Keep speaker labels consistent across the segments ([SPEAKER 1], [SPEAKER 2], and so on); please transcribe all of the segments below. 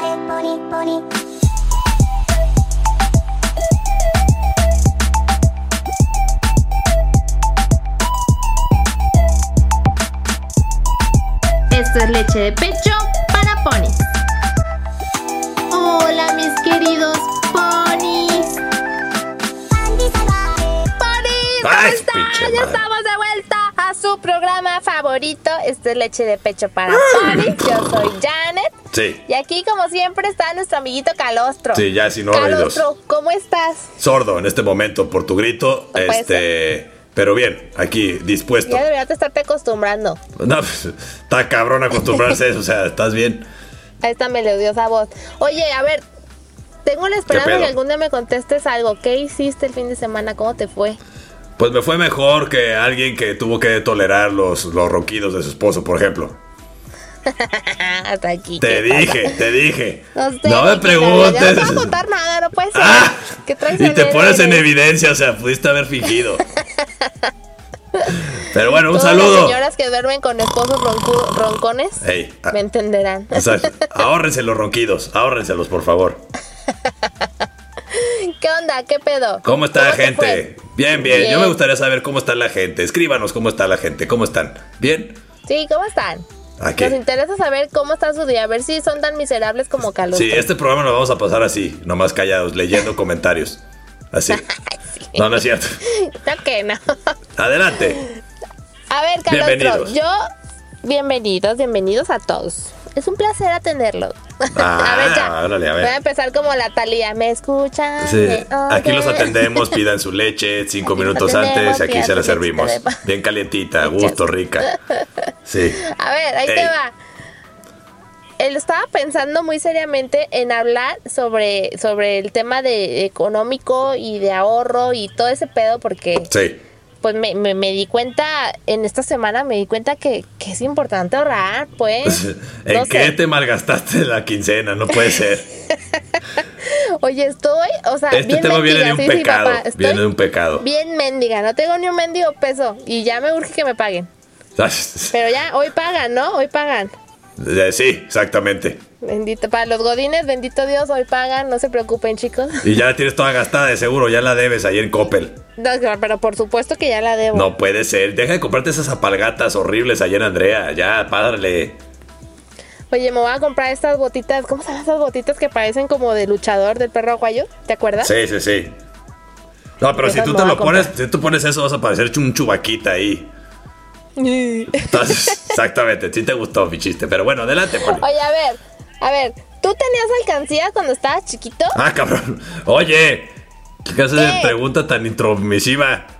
[SPEAKER 1] pony, pony.
[SPEAKER 2] Esto es leche de pecho para ponis. Hola mis queridos ponis.
[SPEAKER 1] Andy se va.
[SPEAKER 2] ¡Ponis! ¿Cómo
[SPEAKER 3] Ay,
[SPEAKER 2] están?
[SPEAKER 3] pinche
[SPEAKER 2] Ya
[SPEAKER 3] madre.
[SPEAKER 2] estamos de vuelta a su programa favorito. Esto es leche de pecho para
[SPEAKER 3] Ah.
[SPEAKER 2] ponis. Yo soy Janet.
[SPEAKER 3] Sí.
[SPEAKER 2] Y aquí, como siempre, está nuestro amiguito Calostro.
[SPEAKER 3] Sí, ya sin oídos.
[SPEAKER 2] Calostro, ¿cómo estás?
[SPEAKER 3] Sordo en este momento por tu grito.
[SPEAKER 2] No puede
[SPEAKER 3] este. Pero bien, aquí dispuesto.
[SPEAKER 2] Ya deberías de estarte acostumbrando
[SPEAKER 3] No, pues, está cabrón acostumbrarse a eso. O sea, ¿estás bien?
[SPEAKER 2] a esta melodiosa voz. Oye, a ver, tengo la esperanza
[SPEAKER 3] pedo?
[SPEAKER 2] que algún día me contestes algo. ¿Qué hiciste el fin de semana? ¿Cómo te fue?
[SPEAKER 3] Pues me fue mejor que alguien que tuvo que tolerar los, los ronquidos de su esposo, por ejemplo.
[SPEAKER 2] Ah, Hasta aquí.
[SPEAKER 3] Te
[SPEAKER 2] ¿qué pasa?
[SPEAKER 3] dije, te dije.
[SPEAKER 2] No, sé,
[SPEAKER 3] me
[SPEAKER 2] ni qué sabe, Ya
[SPEAKER 3] preguntes.
[SPEAKER 2] no puedo contar nada, no puede ser.
[SPEAKER 3] Ah,
[SPEAKER 2] ¿Qué traes
[SPEAKER 3] y
[SPEAKER 2] en
[SPEAKER 3] te
[SPEAKER 2] el
[SPEAKER 3] pones en
[SPEAKER 2] aire?
[SPEAKER 3] evidencia, o sea, pudiste haber fingido. Pero bueno, un
[SPEAKER 2] Todas las
[SPEAKER 3] saludo.
[SPEAKER 2] señoras que duermen con esposos roncu- roncones
[SPEAKER 3] Ey, ah.
[SPEAKER 2] me entenderán.
[SPEAKER 3] O sea, ahórrense los ronquidos, ahórrenselos, por favor.
[SPEAKER 2] ¿Qué onda? ¿Qué pedo?
[SPEAKER 3] ¿Cómo está la
[SPEAKER 2] te
[SPEAKER 3] gente?
[SPEAKER 2] fue?
[SPEAKER 3] Bien, bien, Yo
[SPEAKER 2] Bien.
[SPEAKER 3] me gustaría saber cómo está la gente. Escríbanos cómo está la gente. ¿Cómo están? ¿Bien?
[SPEAKER 2] Sí, ¿cómo están?
[SPEAKER 3] Aquí.
[SPEAKER 2] Nos interesa saber cómo está su día, a ver si son tan miserables como Calostro.
[SPEAKER 3] Sí, este programa lo vamos a pasar así, nomás callados, leyendo comentarios. Así. No, no es cierto.
[SPEAKER 2] No, que no.
[SPEAKER 3] Adelante.
[SPEAKER 2] A ver, Calostro,
[SPEAKER 3] Bienvenidos.
[SPEAKER 2] yo... Bienvenidos, bienvenidos a todos. Es un placer atenerlos. a ver, ya.
[SPEAKER 3] Ah, órale, a ver.
[SPEAKER 2] Voy a empezar como la talía. ¿Me escuchan?
[SPEAKER 3] Sí,
[SPEAKER 2] ¿Me
[SPEAKER 3] Aquí los
[SPEAKER 2] oyen?
[SPEAKER 3] atenderemos, pidan su leche cinco
[SPEAKER 2] Aquí
[SPEAKER 3] minutos
[SPEAKER 2] los atendemos,
[SPEAKER 3] antes, aquí se
[SPEAKER 2] pidan
[SPEAKER 3] la
[SPEAKER 2] su leche,
[SPEAKER 3] servimos.
[SPEAKER 2] te debo.
[SPEAKER 3] Bien calientita, a gusto, rica. Sí.
[SPEAKER 2] A ver, ahí te
[SPEAKER 3] Ey.
[SPEAKER 2] va. Él estaba pensando muy seriamente en hablar sobre, sobre el tema de económico y de ahorro y todo ese pedo porque
[SPEAKER 3] Sí.
[SPEAKER 2] pues me, me- me di cuenta, en esta semana me di cuenta que, que es importante ahorrar, pues.
[SPEAKER 3] ¿En
[SPEAKER 2] No
[SPEAKER 3] qué
[SPEAKER 2] sé.
[SPEAKER 3] te malgastaste la quincena? No puede ser.
[SPEAKER 2] Oye, estoy, o sea,
[SPEAKER 3] Este
[SPEAKER 2] bien
[SPEAKER 3] tema viene de
[SPEAKER 2] mendiga,
[SPEAKER 3] un
[SPEAKER 2] sí, sí,
[SPEAKER 3] pecado.
[SPEAKER 2] papá, estoy
[SPEAKER 3] viene de un pecado.
[SPEAKER 2] bien mendiga, no tengo ni un mendigo peso y ya me urge que me paguen. Pero ya, hoy pagan, ¿no? Hoy pagan.
[SPEAKER 3] Eh, Sí, exactamente.
[SPEAKER 2] Bendito, para los godines, bendito Dios, hoy pagan, no se preocupen chicos.
[SPEAKER 3] Y ya la tienes toda gastada, de seguro, ya la debes ahí en Coppel.
[SPEAKER 2] No, pero por supuesto que ya la debo.
[SPEAKER 3] No puede ser. Deja de comprarte esas apalgatas horribles allá en Andrea. Ya, párale.
[SPEAKER 2] Oye, me voy a comprar estas botitas, ¿cómo se llaman esas botitas que parecen como de luchador del perro aguayo? ¿Te acuerdas?
[SPEAKER 3] Sí, sí, sí. No, pero si
[SPEAKER 2] Esas
[SPEAKER 3] tú
[SPEAKER 2] me
[SPEAKER 3] te
[SPEAKER 2] voy a
[SPEAKER 3] lo pones, si tú pones eso, vas a parecer un chubaquita ahí. Entonces, exactamente. Sí te gustó mi chiste. Pero bueno, adelante, Poli.
[SPEAKER 2] Oye, a ver, a ver, ¿tú tenías alcancía cuando estabas chiquito?
[SPEAKER 3] Ah, cabrón. Oye, ¿qué haces de
[SPEAKER 2] Eh.
[SPEAKER 3] pregunta tan intromisiva?
[SPEAKER 2] Ay,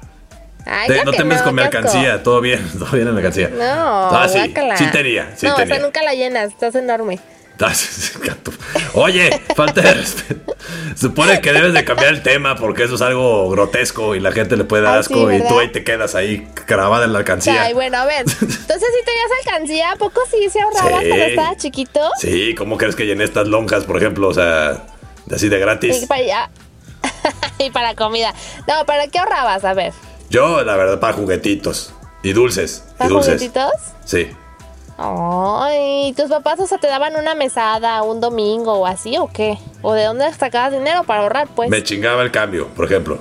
[SPEAKER 3] Ah, Te-
[SPEAKER 2] creo
[SPEAKER 3] no
[SPEAKER 2] que
[SPEAKER 3] temes con mi
[SPEAKER 2] qué asco.
[SPEAKER 3] alcancía, todo bien, todo bien en la alcancía.
[SPEAKER 2] No,
[SPEAKER 3] ah, sí,
[SPEAKER 2] guácala.
[SPEAKER 3] sí tenía, sí
[SPEAKER 2] no,
[SPEAKER 3] tenía.
[SPEAKER 2] esa nunca la llenas, estás enorme.
[SPEAKER 3] Ah, sí, sí, gato. Oye, falta de respeto. Supone que debes de cambiar el tema porque eso es algo grotesco y la gente le puede dar
[SPEAKER 2] Ah, sí,
[SPEAKER 3] asco y
[SPEAKER 2] ¿verdad?
[SPEAKER 3] tú ahí te quedas ahí grabada en la alcancía.
[SPEAKER 2] Ay, bueno, a ver, entonces sí tenías alcancía, ¿a poco sí se ahorrabas
[SPEAKER 3] Sí.
[SPEAKER 2] cuando estabas chiquito?
[SPEAKER 3] Sí, ¿cómo crees que llené estas lonjas, por ejemplo? O sea, así de
[SPEAKER 2] Y
[SPEAKER 3] gratis.
[SPEAKER 2] para, ya- y para comida. No, ¿para qué ahorrabas? A ver,
[SPEAKER 3] Yo, la verdad, para juguetitos y dulces. Y
[SPEAKER 2] ¿para
[SPEAKER 3] dulces.
[SPEAKER 2] juguetitos?
[SPEAKER 3] Sí.
[SPEAKER 2] Ay, ¿tus papás, o sea, te daban una mesada un domingo o así o qué? ¿O de dónde sacabas dinero para ahorrar? Pues
[SPEAKER 3] Me chingaba el cambio, por ejemplo.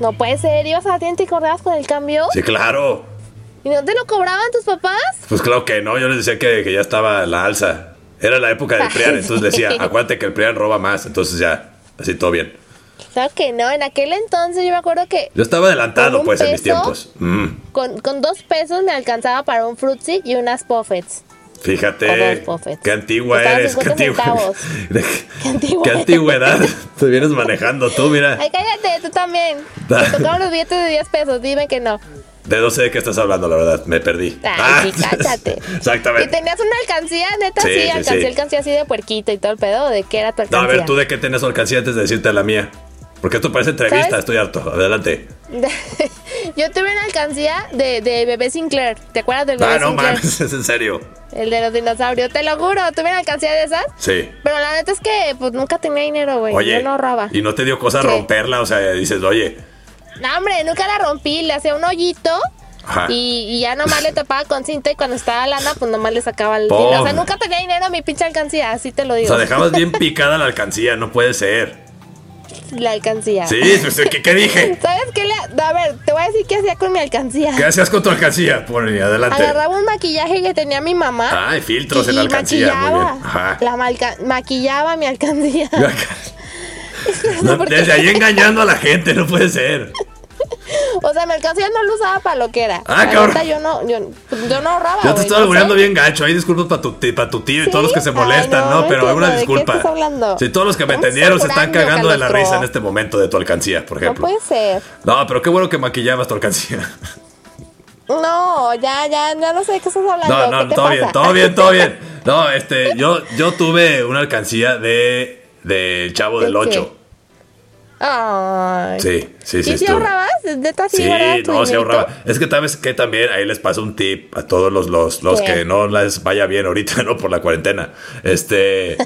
[SPEAKER 2] no puede ser, ibas a la tienda y cobrabas con el cambio.
[SPEAKER 3] Sí, claro.
[SPEAKER 2] ¿Y no te lo cobraban tus papás?
[SPEAKER 3] Pues claro que no, yo les decía que, que ya estaba la alza. Era la época del PRIAN, entonces le decía, acuérdate que el PRIAN roba más, entonces ya, así todo bien.
[SPEAKER 2] Claro que no, en aquel entonces yo me acuerdo que
[SPEAKER 3] Yo estaba adelantado,
[SPEAKER 2] ¿Con un
[SPEAKER 3] pues, en mis
[SPEAKER 2] peso?
[SPEAKER 3] tiempos. Mm,
[SPEAKER 2] con, con dos pesos me alcanzaba para un frutzi y unas puffets. Con
[SPEAKER 3] fíjate,
[SPEAKER 2] dos buffets.
[SPEAKER 3] qué antigua
[SPEAKER 2] Costaban
[SPEAKER 3] eres, qué
[SPEAKER 2] 50
[SPEAKER 3] antigua.
[SPEAKER 2] centavos.
[SPEAKER 3] De-
[SPEAKER 2] Qué antigua
[SPEAKER 3] qué
[SPEAKER 2] eres.
[SPEAKER 3] antigüedad te vienes manejando tú, mira.
[SPEAKER 2] Ay, cállate, tú también.
[SPEAKER 3] Da.
[SPEAKER 2] Te tocaban los billetes de 10 pesos, dime que no.
[SPEAKER 3] De no sé de qué estás hablando, la verdad, me perdí.
[SPEAKER 2] Ay, sí, cállate. Y
[SPEAKER 3] Ah, Exactamente.
[SPEAKER 2] tenías una alcancía, neta,
[SPEAKER 3] Sí,
[SPEAKER 2] sí,
[SPEAKER 3] sí,
[SPEAKER 2] alcancía,
[SPEAKER 3] sí.
[SPEAKER 2] alcancía así de puerquito y todo el pedo, ¿de qué era tu
[SPEAKER 3] No,
[SPEAKER 2] alcancía?
[SPEAKER 3] a ver, tú de qué tenías alcancía antes de decirte la mía. Porque esto parece entrevista,
[SPEAKER 2] ¿Sabes?
[SPEAKER 3] estoy harto. Adelante.
[SPEAKER 2] Yo tuve una alcancía de, de bebé Sinclair. ¿Te acuerdas del bebé
[SPEAKER 3] Ah, no
[SPEAKER 2] Sinclair?
[SPEAKER 3] mames, es en serio.
[SPEAKER 2] El de los dinosaurios. Te lo juro, tuve una alcancía de esas.
[SPEAKER 3] Sí.
[SPEAKER 2] Pero la neta es que pues nunca tenía dinero, güey.
[SPEAKER 3] Oye,
[SPEAKER 2] Pues Yo no ahorraba.
[SPEAKER 3] y no te dio cosa
[SPEAKER 2] ¿Qué?
[SPEAKER 3] romperla, o sea, dices, oye,
[SPEAKER 2] No, hombre, nunca la rompí. Le hacía un hoyito
[SPEAKER 3] Ajá.
[SPEAKER 2] Y, y ya nomás le tapaba con cinta y cuando estaba lana, pues nomás le sacaba el
[SPEAKER 3] Pobre.
[SPEAKER 2] dinero. O sea, nunca tenía dinero mi pinche alcancía, así te lo
[SPEAKER 3] O
[SPEAKER 2] digo.
[SPEAKER 3] sea, dejabas bien picada la alcancía, no puede ser.
[SPEAKER 2] La alcancía.
[SPEAKER 3] Sí, pues, ¿qué, qué dije?
[SPEAKER 2] ¿Sabes qué? le- A ver, te voy a decir qué hacía con mi alcancía.
[SPEAKER 3] ¿Qué hacías con tu alcancía? Por ahí, adelante.
[SPEAKER 2] Agarraba un maquillaje que tenía mi mamá.
[SPEAKER 3] Ay, Ah, filtros
[SPEAKER 2] y-
[SPEAKER 3] en la
[SPEAKER 2] y
[SPEAKER 3] alcancía, muy
[SPEAKER 2] maquillaba.
[SPEAKER 3] bien. Ajá.
[SPEAKER 2] La malca- maquillaba mi alcancía.
[SPEAKER 3] No,
[SPEAKER 2] ¿Por qué?
[SPEAKER 3] desde ahí engañando a la gente, no puede ser.
[SPEAKER 2] O sea, mi alcancía no lo usaba para lo que era.
[SPEAKER 3] Ah,
[SPEAKER 2] La
[SPEAKER 3] cabrón.
[SPEAKER 2] neta, Yo no, yo, yo no ahorraba.
[SPEAKER 3] Yo te
[SPEAKER 2] güey,
[SPEAKER 3] estoy
[SPEAKER 2] no
[SPEAKER 3] albureando
[SPEAKER 2] sé.
[SPEAKER 3] bien gacho. Hay disculpas para tu, ti- pa' tu tío y
[SPEAKER 2] ¿Sí?
[SPEAKER 3] todos los que se
[SPEAKER 2] Ay,
[SPEAKER 3] molestan,
[SPEAKER 2] no,
[SPEAKER 3] ¿no?
[SPEAKER 2] no
[SPEAKER 3] Pero
[SPEAKER 2] entiendo,
[SPEAKER 3] alguna
[SPEAKER 2] ¿de qué
[SPEAKER 3] disculpa.
[SPEAKER 2] estás hablando?
[SPEAKER 3] Si todos los que me
[SPEAKER 2] Estamos
[SPEAKER 3] entendieron se están
[SPEAKER 2] albureando,
[SPEAKER 3] cagando de la
[SPEAKER 2] Calostro.
[SPEAKER 3] risa en este momento de tu alcancía, por
[SPEAKER 2] No
[SPEAKER 3] ejemplo.
[SPEAKER 2] puede ser.
[SPEAKER 3] No, pero qué bueno que maquillabas tu alcancía.
[SPEAKER 2] No, ya, ya, ya no sé de qué estás hablando.
[SPEAKER 3] No, no,
[SPEAKER 2] ¿Qué te
[SPEAKER 3] todo
[SPEAKER 2] pasa?
[SPEAKER 3] bien, todo bien, todo bien. No, este, yo, yo tuve una alcancía de del chavo del
[SPEAKER 2] ¿De qué?
[SPEAKER 3] 8.
[SPEAKER 2] Ay.
[SPEAKER 3] Sí, sí, sí.
[SPEAKER 2] ¿Y si
[SPEAKER 3] estuve.
[SPEAKER 2] ahorrabas? ¿Neta sí,
[SPEAKER 3] Sí,
[SPEAKER 2] ahorrabas tu
[SPEAKER 3] no, se
[SPEAKER 2] dinerito?
[SPEAKER 3] ahorraba. Es que sabes que también ahí les paso un tip a todos los, los, los
[SPEAKER 2] ¿Qué?
[SPEAKER 3] que no les vaya bien ahorita, ¿no? Por la cuarentena. Este.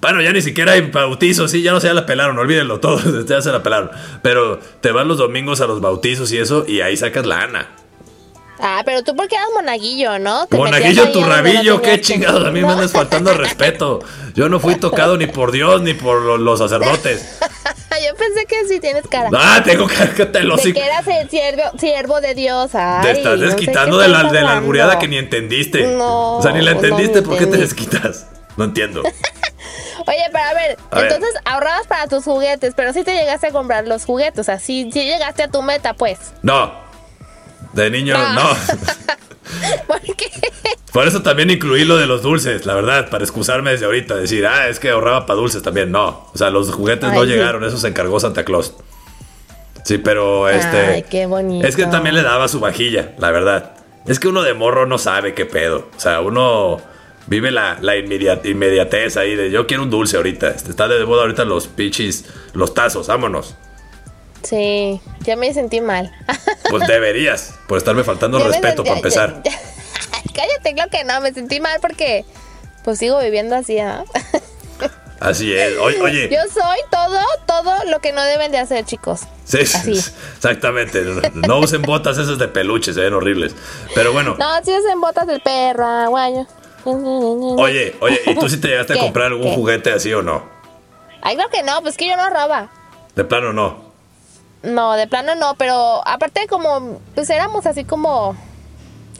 [SPEAKER 3] Bueno, ya ni siquiera hay bautizos, sí, ya no se ya la pelaron, olvídenlo todos, ya se la pelaron. Pero te vas los domingos a los bautizos y eso, y ahí sacas la ana.
[SPEAKER 2] Ah, pero tú porque eras monaguillo, ¿no? Te metías
[SPEAKER 3] Monaguillo,
[SPEAKER 2] ahí
[SPEAKER 3] tu
[SPEAKER 2] donde no tenías
[SPEAKER 3] rabillo, qué
[SPEAKER 2] que-
[SPEAKER 3] chingados, a mí me
[SPEAKER 2] No,
[SPEAKER 3] andas faltando al respeto. Yo no fui tocado ni por Dios ni por lo- los sacerdotes.
[SPEAKER 2] Yo pensé que sí tienes cara.
[SPEAKER 3] Ah, tengo que que el
[SPEAKER 2] de
[SPEAKER 3] hocico.
[SPEAKER 2] que eras el siervo, siervo de Dios. Ay,
[SPEAKER 3] Te
[SPEAKER 2] no
[SPEAKER 3] estás
[SPEAKER 2] sé
[SPEAKER 3] desquitando
[SPEAKER 2] qué
[SPEAKER 3] de, la,
[SPEAKER 2] estás
[SPEAKER 3] de la
[SPEAKER 2] hablando.
[SPEAKER 3] albureada que ni entendiste.
[SPEAKER 2] No,
[SPEAKER 3] o sea, ni la
[SPEAKER 2] no me
[SPEAKER 3] entendiste, ¿por qué te
[SPEAKER 2] entendí.
[SPEAKER 3] desquitas? No entiendo.
[SPEAKER 2] Oye, pero a ver,
[SPEAKER 3] A ver.
[SPEAKER 2] entonces ahorrabas para tus juguetes, pero sí te llegaste a comprar los juguetes. O sea, sí, sí llegaste a tu meta, pues.
[SPEAKER 3] No. De niño,
[SPEAKER 2] No.
[SPEAKER 3] no.
[SPEAKER 2] ¿Por qué?
[SPEAKER 3] Por eso también incluí lo de los dulces, la verdad, para excusarme desde ahorita. Decir, ah, es que ahorraba para dulces también. No. O sea, los juguetes
[SPEAKER 2] Ay,
[SPEAKER 3] no
[SPEAKER 2] sí.
[SPEAKER 3] llegaron, eso se encargó Santa Claus. Sí, pero este.
[SPEAKER 2] Ay, qué bonito.
[SPEAKER 3] Es que también le daba su vajilla, la verdad. Es que uno de morro no sabe qué pedo. O sea, uno vive la, la inmedia- inmediatez ahí de yo quiero un dulce ahorita. Este, Está de moda ahorita los pichis, los tazos, vámonos.
[SPEAKER 2] Sí, ya me sentí mal.
[SPEAKER 3] Pues deberías, por estarme faltando
[SPEAKER 2] Ya me
[SPEAKER 3] respeto
[SPEAKER 2] sentí-
[SPEAKER 3] para empezar.
[SPEAKER 2] ya- Cállate, claro que no, me sentí mal porque pues sigo viviendo así, ¿ah?
[SPEAKER 3] Así es. Oye, oye.
[SPEAKER 2] Yo soy todo, todo lo que no deben de hacer, chicos.
[SPEAKER 3] Sí,
[SPEAKER 2] Así.
[SPEAKER 3] exactamente. No usen botas esas de peluche, se ven horribles. Pero bueno,
[SPEAKER 2] No, si hacen botas del perro, aguayo.
[SPEAKER 3] oye, oye, ¿y tú si te llegaste a
[SPEAKER 2] ¿Qué?
[SPEAKER 3] comprar algún
[SPEAKER 2] ¿Qué?
[SPEAKER 3] juguete así o no?
[SPEAKER 2] Ay, creo que no, pues que yo no roba.
[SPEAKER 3] De plano no.
[SPEAKER 2] No, de plano no, pero aparte como, pues éramos así como...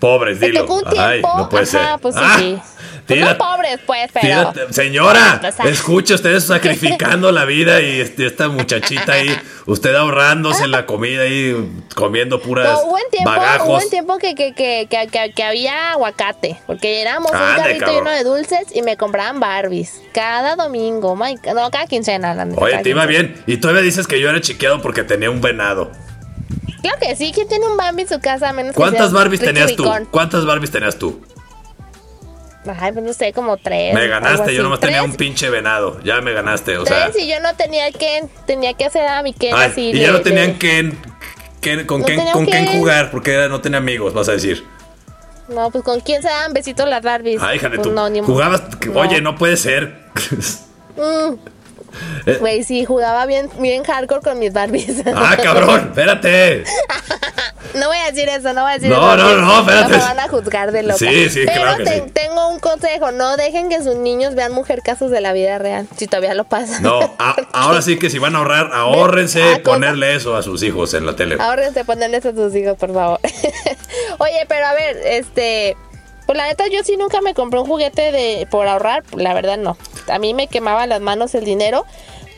[SPEAKER 3] Pobres,
[SPEAKER 2] Me
[SPEAKER 3] dilo.
[SPEAKER 2] tocó un
[SPEAKER 3] Ay,
[SPEAKER 2] tiempo,
[SPEAKER 3] no puede
[SPEAKER 2] ajá,
[SPEAKER 3] ser.
[SPEAKER 2] pues sí,
[SPEAKER 3] Ah,
[SPEAKER 2] sí. Pues
[SPEAKER 3] tira-
[SPEAKER 2] no pobres, pues, pero...
[SPEAKER 3] tírate- señora,
[SPEAKER 2] O sea-
[SPEAKER 3] escuche ustedes sacrificando la vida y este- esta muchachita ahí, usted ahorrándose la comida y comiendo puras
[SPEAKER 2] No, hubo un tiempo,
[SPEAKER 3] Pues, bagajos.
[SPEAKER 2] hubo un tiempo que, que, que, que, que- que había aguacate, porque éramos
[SPEAKER 3] Ande,
[SPEAKER 2] un carrito
[SPEAKER 3] cabrón.
[SPEAKER 2] lleno de dulces y me compraban Barbies cada domingo, my- no, cada quincena. la neta,
[SPEAKER 3] Oye,
[SPEAKER 2] cada
[SPEAKER 3] te iba
[SPEAKER 2] quincena.
[SPEAKER 3] bien. Y todavía dices que yo era chiqueado porque tenía un venado.
[SPEAKER 2] Claro que sí, ¿quién tiene un Bambi en su casa? A menos que
[SPEAKER 3] ¿Cuántas
[SPEAKER 2] seas
[SPEAKER 3] Barbies
[SPEAKER 2] pinche
[SPEAKER 3] tenías tú?
[SPEAKER 2] bicón?
[SPEAKER 3] ¿Cuántas Barbies tenías tú?
[SPEAKER 2] Ay, pues no sé, como tres.
[SPEAKER 3] Me
[SPEAKER 2] algo
[SPEAKER 3] ganaste,
[SPEAKER 2] así.
[SPEAKER 3] yo nomás tenía
[SPEAKER 2] Tres-
[SPEAKER 3] un pinche venado. Ya me ganaste, o sea.
[SPEAKER 2] tres y yo no tenía Ken, tenía que hacer a mi Ken
[SPEAKER 3] ay,
[SPEAKER 2] así.
[SPEAKER 3] y ya
[SPEAKER 2] de-
[SPEAKER 3] no tenían
[SPEAKER 2] de-
[SPEAKER 3] Ken- Ken- con,
[SPEAKER 2] No
[SPEAKER 3] quién
[SPEAKER 2] tenía
[SPEAKER 3] con quién
[SPEAKER 2] Ken.
[SPEAKER 3] jugar porque era- no tenía amigos, vas a decir.
[SPEAKER 2] No, pues con quién se dan besitos las Barbies.
[SPEAKER 3] Ay, hija de
[SPEAKER 2] Pues
[SPEAKER 3] tu-
[SPEAKER 2] no, ni mo-
[SPEAKER 3] jugabas. que-
[SPEAKER 2] No.
[SPEAKER 3] Oye, no puede ser.
[SPEAKER 2] Güey, sí, jugaba bien, bien hardcore con mis Barbies.
[SPEAKER 3] ah, cabrón, espérate.
[SPEAKER 2] No voy a decir eso, no voy a decir
[SPEAKER 3] No,
[SPEAKER 2] eso.
[SPEAKER 3] no,
[SPEAKER 2] porque
[SPEAKER 3] no, espérate.
[SPEAKER 2] Me van a juzgar de loca.
[SPEAKER 3] Sí, sí,
[SPEAKER 2] Pero
[SPEAKER 3] claro que sí.
[SPEAKER 2] tengo un consejo, no dejen que sus niños vean mujer casos de la vida real, si todavía lo pasan.
[SPEAKER 3] No, a- ahora sí que si van a ahorrar, ahórrense
[SPEAKER 2] Ah, cosa.
[SPEAKER 3] ponerle eso a sus hijos en la tele.
[SPEAKER 2] Ahórrense ponerles a sus hijos, por favor. Oye, pero a ver, este... Pues la neta, yo sí nunca me compré un juguete de por ahorrar, la verdad no. A mí me quemaba las manos el dinero,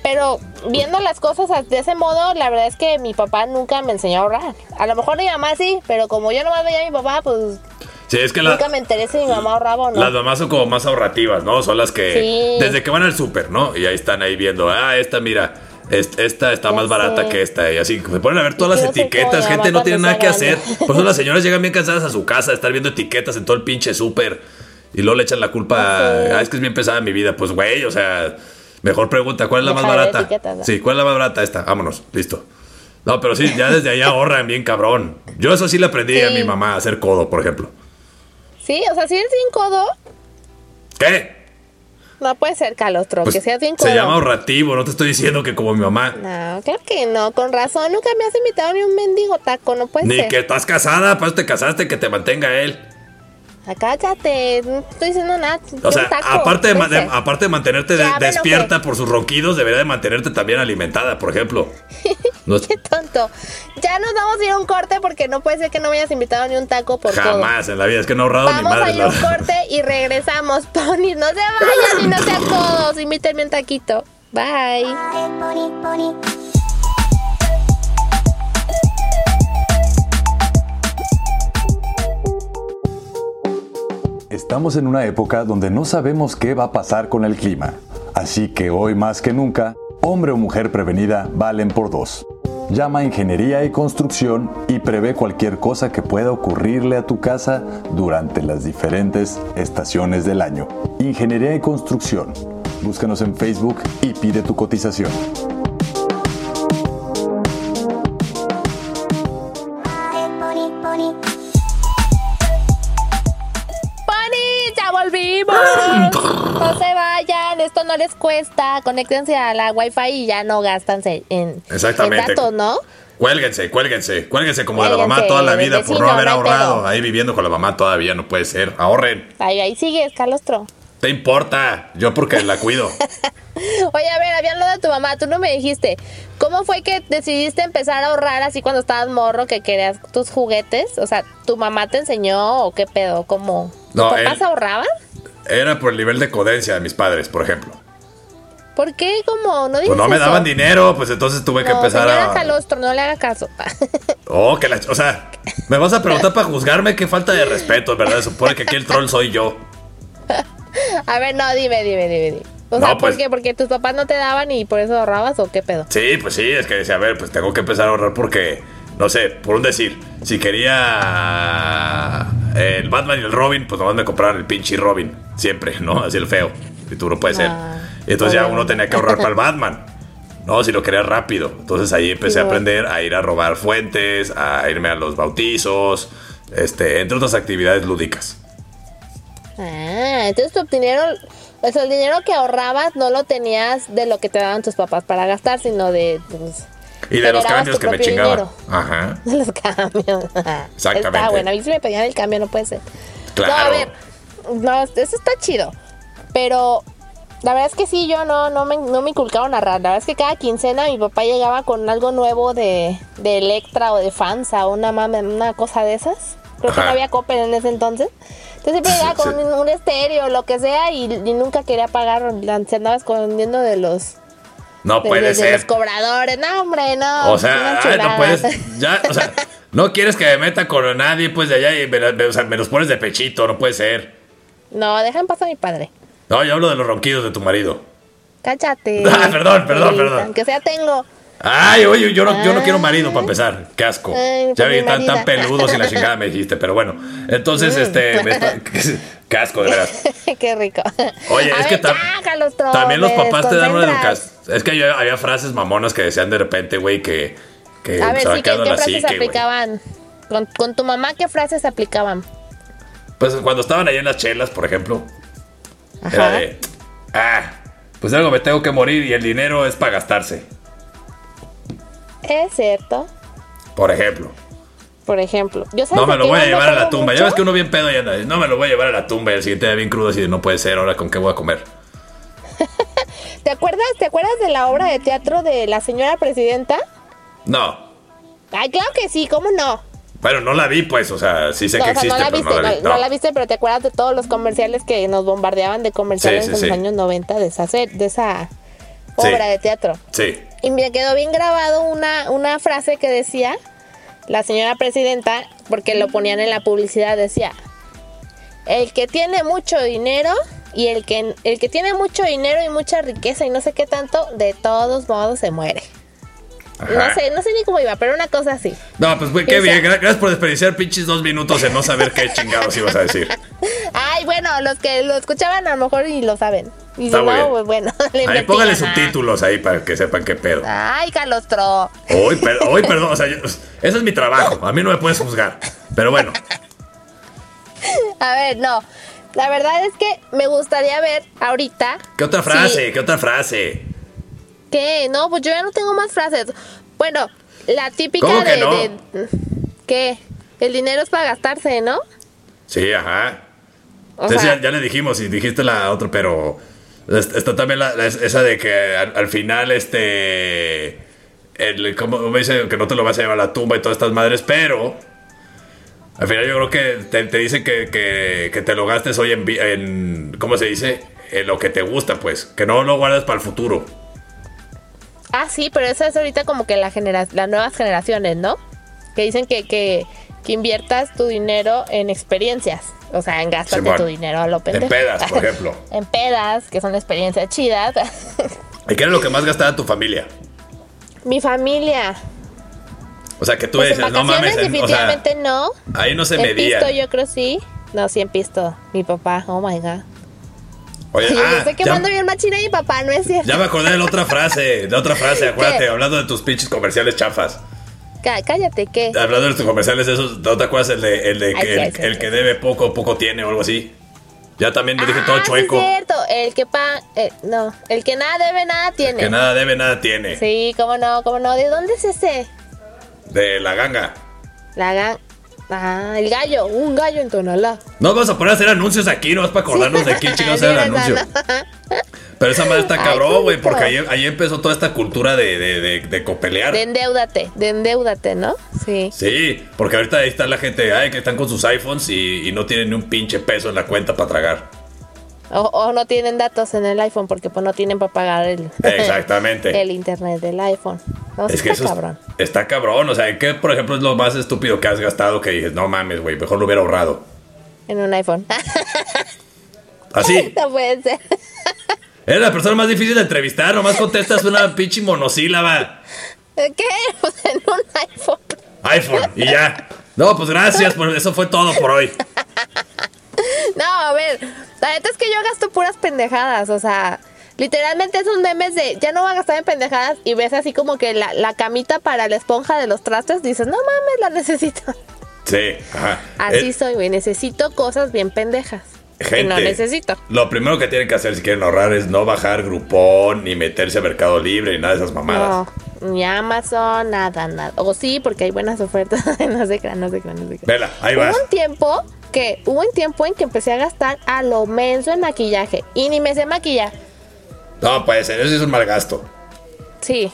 [SPEAKER 2] pero viendo las cosas de ese modo, la verdad es que mi papá nunca me enseñó a ahorrar. A lo mejor mi mamá sí, pero como yo nomás veía a mi papá, pues
[SPEAKER 3] Sí, es que la-
[SPEAKER 2] nunca me enteré si mi mamá ahorraba o no.
[SPEAKER 3] las mamás son como más ahorrativas, ¿no? Son las que.
[SPEAKER 2] Sí.
[SPEAKER 3] Desde que van al súper, ¿no? Y ahí están ahí viendo, ah, esta, mira. es- Esta está
[SPEAKER 2] Ya
[SPEAKER 3] más barata
[SPEAKER 2] sé.
[SPEAKER 3] que esta. Y así se ponen a ver todas
[SPEAKER 2] Y
[SPEAKER 3] las
[SPEAKER 2] yo soy como
[SPEAKER 3] etiquetas.
[SPEAKER 2] mi
[SPEAKER 3] Gente,
[SPEAKER 2] mamá
[SPEAKER 3] no tiene
[SPEAKER 2] cuando
[SPEAKER 3] nada que
[SPEAKER 2] sea
[SPEAKER 3] hacer.
[SPEAKER 2] grande.
[SPEAKER 3] Por eso las señoras llegan bien cansadas a su casa de estar viendo etiquetas en todo el pinche súper. Y luego le echan la culpa.
[SPEAKER 2] Ya sé.
[SPEAKER 3] Ah, es que es bien pesada mi vida. Pues, güey, o sea, mejor pregunta, ¿cuál es la
[SPEAKER 2] Deja
[SPEAKER 3] más
[SPEAKER 2] de ver
[SPEAKER 3] barata?
[SPEAKER 2] etiquetas, ¿no?
[SPEAKER 3] Sí, ¿cuál es la más barata? Esta, vámonos, listo. No, pero sí, ya desde ahí ahorran bien cabrón. Yo eso sí le aprendí a
[SPEAKER 2] Sí.
[SPEAKER 3] mi mamá a hacer codo, por ejemplo.
[SPEAKER 2] Sí, o sea, si eres sin codo,
[SPEAKER 3] ¿Qué?
[SPEAKER 2] No puede ser calostro,
[SPEAKER 3] Pues,
[SPEAKER 2] que seas bien
[SPEAKER 3] se
[SPEAKER 2] codo.
[SPEAKER 3] llama ahorrativo, no te estoy diciendo que como mi mamá.
[SPEAKER 2] No, claro que no, con razón. Nunca me has invitado ni un mendigo taco, no puede
[SPEAKER 3] Ni
[SPEAKER 2] ser.
[SPEAKER 3] que estás casada, pues te casaste, que te mantenga él.
[SPEAKER 2] Ah, Cállate, no estoy diciendo nada.
[SPEAKER 3] O sea,
[SPEAKER 2] un taco,
[SPEAKER 3] aparte de,
[SPEAKER 2] no
[SPEAKER 3] ma- de-
[SPEAKER 2] sé.
[SPEAKER 3] aparte de mantenerte de-
[SPEAKER 2] Ya, bueno,
[SPEAKER 3] despierta por sus ronquidos, debería de mantenerte también alimentada, por ejemplo. No-
[SPEAKER 2] Qué tonto. Ya nos vamos a ir a un corte porque no puede ser que no me hayas invitado ni un taco por todo.
[SPEAKER 3] jamás en la vida, es que no he ahorrado ni
[SPEAKER 2] Vamos a
[SPEAKER 3] madre.
[SPEAKER 2] ir a un corte y regresamos, Pony. No se vayan y no sean codos. Invítenme un taquito. Bye.
[SPEAKER 1] pony, pony.
[SPEAKER 4] Estamos en una época donde no sabemos qué va a pasar con el clima. Así que hoy más que nunca, hombre o mujer prevenida valen por dos. Llama a Ingeniería y Construcción y prevé cualquier cosa que pueda ocurrirle a tu casa durante las diferentes estaciones del año. Ingeniería y Construcción. Búscanos en Facebook y pide tu cotización.
[SPEAKER 1] pony, pony.
[SPEAKER 2] ¡Pony! ¡Ya volvimos! No se vayan, esto no les cuesta. Conéctense a la Wi-Fi y ya no gastan en, en
[SPEAKER 3] Exactamente.
[SPEAKER 2] datos, ¿no?
[SPEAKER 3] Cuélguense, cuélguense, cuélguense como de la mamá
[SPEAKER 2] Cuélguense,
[SPEAKER 3] toda la
[SPEAKER 2] del
[SPEAKER 3] vida por no
[SPEAKER 2] vecino,
[SPEAKER 3] haber
[SPEAKER 2] no hay pedo.
[SPEAKER 3] ahorrado. Ahí viviendo con la mamá todavía no puede ser. Ahorren,
[SPEAKER 2] Ahí, ahí sigues, Calostro.
[SPEAKER 3] te importa. Yo porque la cuido.
[SPEAKER 2] Oye, a ver, habían lo de tu mamá, tú no me dijiste. ¿Cómo fue que decidiste empezar a ahorrar así cuando estabas morro que querías tus juguetes? O sea, ¿tu mamá te enseñó o qué pedo? ¿Cómo? ¿Tus
[SPEAKER 3] No,
[SPEAKER 2] papás
[SPEAKER 3] él-
[SPEAKER 2] ahorraban?
[SPEAKER 3] Era por el nivel de codencia de mis padres, por ejemplo.
[SPEAKER 2] ¿Por qué? ¿Cómo? No digas
[SPEAKER 3] Pues no me
[SPEAKER 2] eso.
[SPEAKER 3] daban dinero, pues entonces tuve que
[SPEAKER 2] No,
[SPEAKER 3] empezar
[SPEAKER 2] señora
[SPEAKER 3] a.
[SPEAKER 2] Calostro, no le haga caso.
[SPEAKER 3] Oh, que la. O sea, me vas a preguntar para juzgarme qué falta de respeto, ¿verdad? Supone que aquí el troll soy yo.
[SPEAKER 2] A ver, no, dime, dime, dime. dime. O
[SPEAKER 3] No,
[SPEAKER 2] sea,
[SPEAKER 3] pues-
[SPEAKER 2] ¿por qué? ¿Porque tus papás no te daban y por eso ahorrabas o qué pedo?
[SPEAKER 3] Sí, pues sí, es que decía, a ver, pues tengo que empezar a ahorrar porque, no sé, por un decir, si quería eh, el Batman y el Robin, pues nomás me compraron el pinche Robin, siempre, ¿no? Así el feo, y tú no puedes ser.
[SPEAKER 2] Ah,
[SPEAKER 3] Y entonces ya
[SPEAKER 2] obvio.
[SPEAKER 3] uno tenía que ahorrar para el Batman. No, si lo quería rápido. Entonces ahí empecé a
[SPEAKER 2] Sí,
[SPEAKER 3] aprender a ir a robar fuentes, a irme a los bautizos, este, entre otras actividades lúdicas.
[SPEAKER 2] Ah, entonces tu dinero, o sea, el dinero que ahorrabas no lo tenías de lo que te daban tus papás para gastar, sino de... pues,
[SPEAKER 3] Y de los
[SPEAKER 2] generabas
[SPEAKER 3] cambios
[SPEAKER 2] tu
[SPEAKER 3] que me
[SPEAKER 2] propio
[SPEAKER 3] chingaban.
[SPEAKER 2] dinero.
[SPEAKER 3] Ajá.
[SPEAKER 2] De los cambios.
[SPEAKER 3] Exactamente.
[SPEAKER 2] Está bueno, a mí si me pedían el cambio, no puede ser.
[SPEAKER 3] Claro.
[SPEAKER 2] No, a ver, no, eso está chido, pero... La verdad es que sí, yo no, no, me, no me inculcaron a ahorrar. La verdad es que cada quincena mi papá llegaba con algo nuevo de, de Electra o de Fansa o una, mame- una cosa de esas. Creo que
[SPEAKER 3] Ajá.
[SPEAKER 2] no había Coppel en ese entonces. Entonces siempre llegaba
[SPEAKER 3] Sí.
[SPEAKER 2] con un, un estéreo, lo que sea, y, y nunca quería pagar. La se andaba escondiendo de los,
[SPEAKER 3] No
[SPEAKER 2] de,
[SPEAKER 3] puede
[SPEAKER 2] de- de
[SPEAKER 3] ser.
[SPEAKER 2] los cobradores. No, hombre, no.
[SPEAKER 3] O sea,
[SPEAKER 2] una
[SPEAKER 3] ay, no
[SPEAKER 2] Oh, chulada.
[SPEAKER 3] puedes. Ya, o sea, no quieres que me meta con nadie, pues de allá y me, la- me- o sea, me los pones de pechito, no puede ser.
[SPEAKER 2] No, deja en paz a mi padre.
[SPEAKER 3] No, yo hablo de los ronquidos de tu marido.
[SPEAKER 2] Cáchate.
[SPEAKER 3] Ah, perdón, perdón,
[SPEAKER 2] Sí,
[SPEAKER 3] perdón.
[SPEAKER 2] Aunque sea tengo.
[SPEAKER 3] Ay, oye, yo no, yo no quiero marido
[SPEAKER 2] Ay.
[SPEAKER 3] para empezar. Qué asco.
[SPEAKER 2] Ah. Ay,
[SPEAKER 3] ya
[SPEAKER 2] pues,
[SPEAKER 3] vi
[SPEAKER 2] mi
[SPEAKER 3] tan, tan
[SPEAKER 2] marida.
[SPEAKER 3] peludos y la chingada me dijiste, pero bueno. Entonces,
[SPEAKER 2] Mm.
[SPEAKER 3] este. me está- qué asco, de veras.
[SPEAKER 2] Qué rico.
[SPEAKER 3] Oye,
[SPEAKER 2] A
[SPEAKER 3] es
[SPEAKER 2] ver,
[SPEAKER 3] que tam-
[SPEAKER 2] ya, Calostro,
[SPEAKER 3] también los
[SPEAKER 2] me
[SPEAKER 3] papás te dan una
[SPEAKER 2] desconcentras.
[SPEAKER 3] educación. Es que yo- había frases mamonas que decían de repente, güey, que, que
[SPEAKER 2] A ver,
[SPEAKER 3] se va
[SPEAKER 2] sí, ¿qué,
[SPEAKER 3] quedando
[SPEAKER 2] qué
[SPEAKER 3] la
[SPEAKER 2] frases
[SPEAKER 3] psique, güey.
[SPEAKER 2] aplicaban? Con, con tu mamá, ¿qué frases aplicaban?
[SPEAKER 3] Pues cuando estaban ahí en las chelas, por ejemplo, Era de, ah, pues algo me tengo que morir y el dinero es para gastarse,
[SPEAKER 2] Es cierto.
[SPEAKER 3] por ejemplo.
[SPEAKER 2] Por ejemplo, yo sabes
[SPEAKER 3] No me
[SPEAKER 2] de
[SPEAKER 3] lo
[SPEAKER 2] qué
[SPEAKER 3] voy
[SPEAKER 2] yo
[SPEAKER 3] a
[SPEAKER 2] me
[SPEAKER 3] llevar a la
[SPEAKER 2] acuerdo
[SPEAKER 3] tumba. Ya
[SPEAKER 2] mucho?
[SPEAKER 3] ves que uno bien pedo y anda, no me lo voy a llevar a la tumba y el siguiente día bien crudo así de, no puede ser, ahora con qué voy a comer.
[SPEAKER 2] ¿Te acuerdas, ¿Te acuerdas de la obra de teatro de la señora presidenta?
[SPEAKER 3] No,
[SPEAKER 2] Ay, claro que sí, ¿cómo no?
[SPEAKER 3] bueno, no la vi pues, o sea, sí sé
[SPEAKER 2] No,
[SPEAKER 3] que
[SPEAKER 2] o sea,
[SPEAKER 3] existe,
[SPEAKER 2] no la
[SPEAKER 3] pero
[SPEAKER 2] viste,
[SPEAKER 3] no la vi.
[SPEAKER 2] no- no
[SPEAKER 3] No.
[SPEAKER 2] la viste, pero te acuerdas de todos los comerciales que nos bombardeaban de comerciales
[SPEAKER 3] Sí, sí,
[SPEAKER 2] en
[SPEAKER 3] sí.
[SPEAKER 2] los años 90 de esa, se- de esa
[SPEAKER 3] Sí.
[SPEAKER 2] obra de teatro.
[SPEAKER 3] Sí,
[SPEAKER 2] Y me quedó bien grabado una, una frase que decía la señora presidenta, porque lo ponían en la publicidad, decía, el que tiene mucho dinero y el que, el que tiene mucho dinero y mucha riqueza y no sé qué tanto, de todos modos se muere.
[SPEAKER 3] ajá.
[SPEAKER 2] No sé, no sé ni cómo iba, pero una cosa así.
[SPEAKER 3] No, pues güey, qué
[SPEAKER 2] O sea-
[SPEAKER 3] bien, gra- gracias por desperdiciar pinches dos minutos en no saber qué chingados ibas a decir.
[SPEAKER 2] Ay, bueno, los que lo escuchaban a lo mejor y lo saben. Y
[SPEAKER 3] Está
[SPEAKER 2] si
[SPEAKER 3] muy
[SPEAKER 2] no,
[SPEAKER 3] bien.
[SPEAKER 2] pues bueno, le
[SPEAKER 3] Ahí
[SPEAKER 2] investigan.
[SPEAKER 3] póngale subtítulos ahí para que sepan qué pedo.
[SPEAKER 2] Ay, calostro.
[SPEAKER 3] Hoy, per- hoy, perdón, o sea, yo- ese es mi trabajo, a mí no me puedes juzgar. Pero bueno,
[SPEAKER 2] A ver, no. La verdad es que me gustaría ver ahorita.
[SPEAKER 3] ¿Qué otra
[SPEAKER 2] si-
[SPEAKER 3] frase? ¿Qué otra frase?
[SPEAKER 2] ¿Qué? No, pues yo ya no tengo más frases. Bueno, la típica
[SPEAKER 3] ¿Cómo que
[SPEAKER 2] de,
[SPEAKER 3] no?
[SPEAKER 2] de- ¿Qué? El dinero es para gastarse, ¿no?
[SPEAKER 3] Sí, ajá.
[SPEAKER 2] O
[SPEAKER 3] Sí, sí,
[SPEAKER 2] sea,
[SPEAKER 3] ya le dijimos y dijiste la otra, pero es- está también la, la- esa de que al, al final, este, el, ¿cómo me dice? Que no te lo vas a llevar a la tumba y todas estas madres, pero al final yo creo que te, te dicen que, que- que te lo gastes hoy en, vi- en, ¿cómo se dice? En lo que te gusta, pues, que no lo guardas para el futuro.
[SPEAKER 2] ah, sí, pero eso es ahorita como que la genera las nuevas generaciones, ¿no? Que dicen que, que, que inviertas tu dinero en experiencias. O sea, en gastarte
[SPEAKER 3] Simón.
[SPEAKER 2] tu dinero a lo pendejo.
[SPEAKER 3] pedas, por ejemplo.
[SPEAKER 2] en pedas, que son experiencias chidas.
[SPEAKER 3] ¿Y qué era lo que más gastaba tu familia?
[SPEAKER 2] Mi familia.
[SPEAKER 3] O sea, que tú
[SPEAKER 2] Pues en
[SPEAKER 3] dices, no
[SPEAKER 2] vacaciones
[SPEAKER 3] mames, en- o sea,
[SPEAKER 2] definitivamente no.
[SPEAKER 3] ahí no se
[SPEAKER 2] en
[SPEAKER 3] medía.
[SPEAKER 2] pisto yo creo sí. No, sí en pisto. Mi papá, oh my god.
[SPEAKER 3] Oye,
[SPEAKER 2] Yo
[SPEAKER 3] ah,
[SPEAKER 2] estoy
[SPEAKER 3] ya-
[SPEAKER 2] quemando bien machina y mi papá, no es cierto.
[SPEAKER 3] Ya me acordé de la otra frase, la otra frase, acuérdate,
[SPEAKER 2] ¿Qué?
[SPEAKER 3] hablando de tus pinches comerciales chafas.
[SPEAKER 2] Cá- cállate, ¿qué?
[SPEAKER 3] Hablando de tus comerciales esos, ¿no te acuerdas el de, el de
[SPEAKER 2] Ay,
[SPEAKER 3] que,
[SPEAKER 2] sí,
[SPEAKER 3] el,
[SPEAKER 2] ay, sí,
[SPEAKER 3] el
[SPEAKER 2] sí.
[SPEAKER 3] que debe poco, poco tiene o algo así? Ya también lo dije
[SPEAKER 2] Ah,
[SPEAKER 3] todo
[SPEAKER 2] sí
[SPEAKER 3] chueco.
[SPEAKER 2] es cierto. El que pa eh, no, el que nada debe, nada tiene.
[SPEAKER 3] que nada debe, nada tiene.
[SPEAKER 2] Sí, cómo no, cómo no. ¿De dónde es ese?
[SPEAKER 3] De la ganga.
[SPEAKER 2] La gan... Ah, el gallo, un gallo en Tonalá.
[SPEAKER 3] No vamos a poner a hacer anuncios aquí, nomás para acordarnos de quién chingados era el
[SPEAKER 2] Mira,
[SPEAKER 3] anuncio.
[SPEAKER 2] Dana.
[SPEAKER 3] Pero esa madre está
[SPEAKER 2] Ay,
[SPEAKER 3] cabrón, güey,
[SPEAKER 2] justo.
[SPEAKER 3] porque ahí, ahí empezó toda esta cultura de, de, de, de copelear.
[SPEAKER 2] De endeúdate, de endeúdate, ¿no? Sí.
[SPEAKER 3] Sí, porque ahorita ahí está la gente, ay, que están con sus iPhones y, y no tienen ni un pinche peso en la cuenta para tragar.
[SPEAKER 2] O, o no tienen datos en el iPhone porque pues no tienen para pagar el,
[SPEAKER 3] Exactamente.
[SPEAKER 2] el internet del iPhone. No,
[SPEAKER 3] Es
[SPEAKER 2] sí
[SPEAKER 3] que
[SPEAKER 2] está
[SPEAKER 3] eso es-
[SPEAKER 2] cabrón.
[SPEAKER 3] está cabrón. O sea, ¿qué, por ejemplo, es lo más estúpido que has gastado que dices, no mames, güey, mejor lo hubiera ahorrado?
[SPEAKER 2] En un iPhone.
[SPEAKER 3] ¿Ah, Así.
[SPEAKER 2] no puede ser.
[SPEAKER 3] Eres la persona más difícil de entrevistar, nomás contestas una pinche monosílaba.
[SPEAKER 2] ¿Qué? Pues en un iPhone.
[SPEAKER 3] iPhone, y ya. No, pues gracias, por eso fue todo por hoy.
[SPEAKER 2] No, a ver, la neta es que yo gasto puras pendejadas, o sea, literalmente esos memes de ya no va a gastar en pendejadas y ves así como que la, la camita para la esponja de los trastes, dices, no mames, la necesito.
[SPEAKER 3] Sí, ajá.
[SPEAKER 2] Así
[SPEAKER 3] Eh,
[SPEAKER 2] soy, güey, necesito cosas bien pendejas. que no necesito.
[SPEAKER 3] Lo primero que tienen que hacer si quieren ahorrar es no bajar grupón, ni meterse a Mercado Libre, ni nada de esas mamadas.
[SPEAKER 2] No, ni Amazon, nada, nada. O sí, porque hay buenas ofertas, no sé qué, no sé qué, no sé qué.
[SPEAKER 3] Vela, ahí
[SPEAKER 2] hubo
[SPEAKER 3] vas.
[SPEAKER 2] un tiempo que, hubo un tiempo en que empecé a gastar a lo menso en maquillaje y ni me sé maquillar.
[SPEAKER 3] No, pues eso sí es un mal gasto.
[SPEAKER 2] Sí,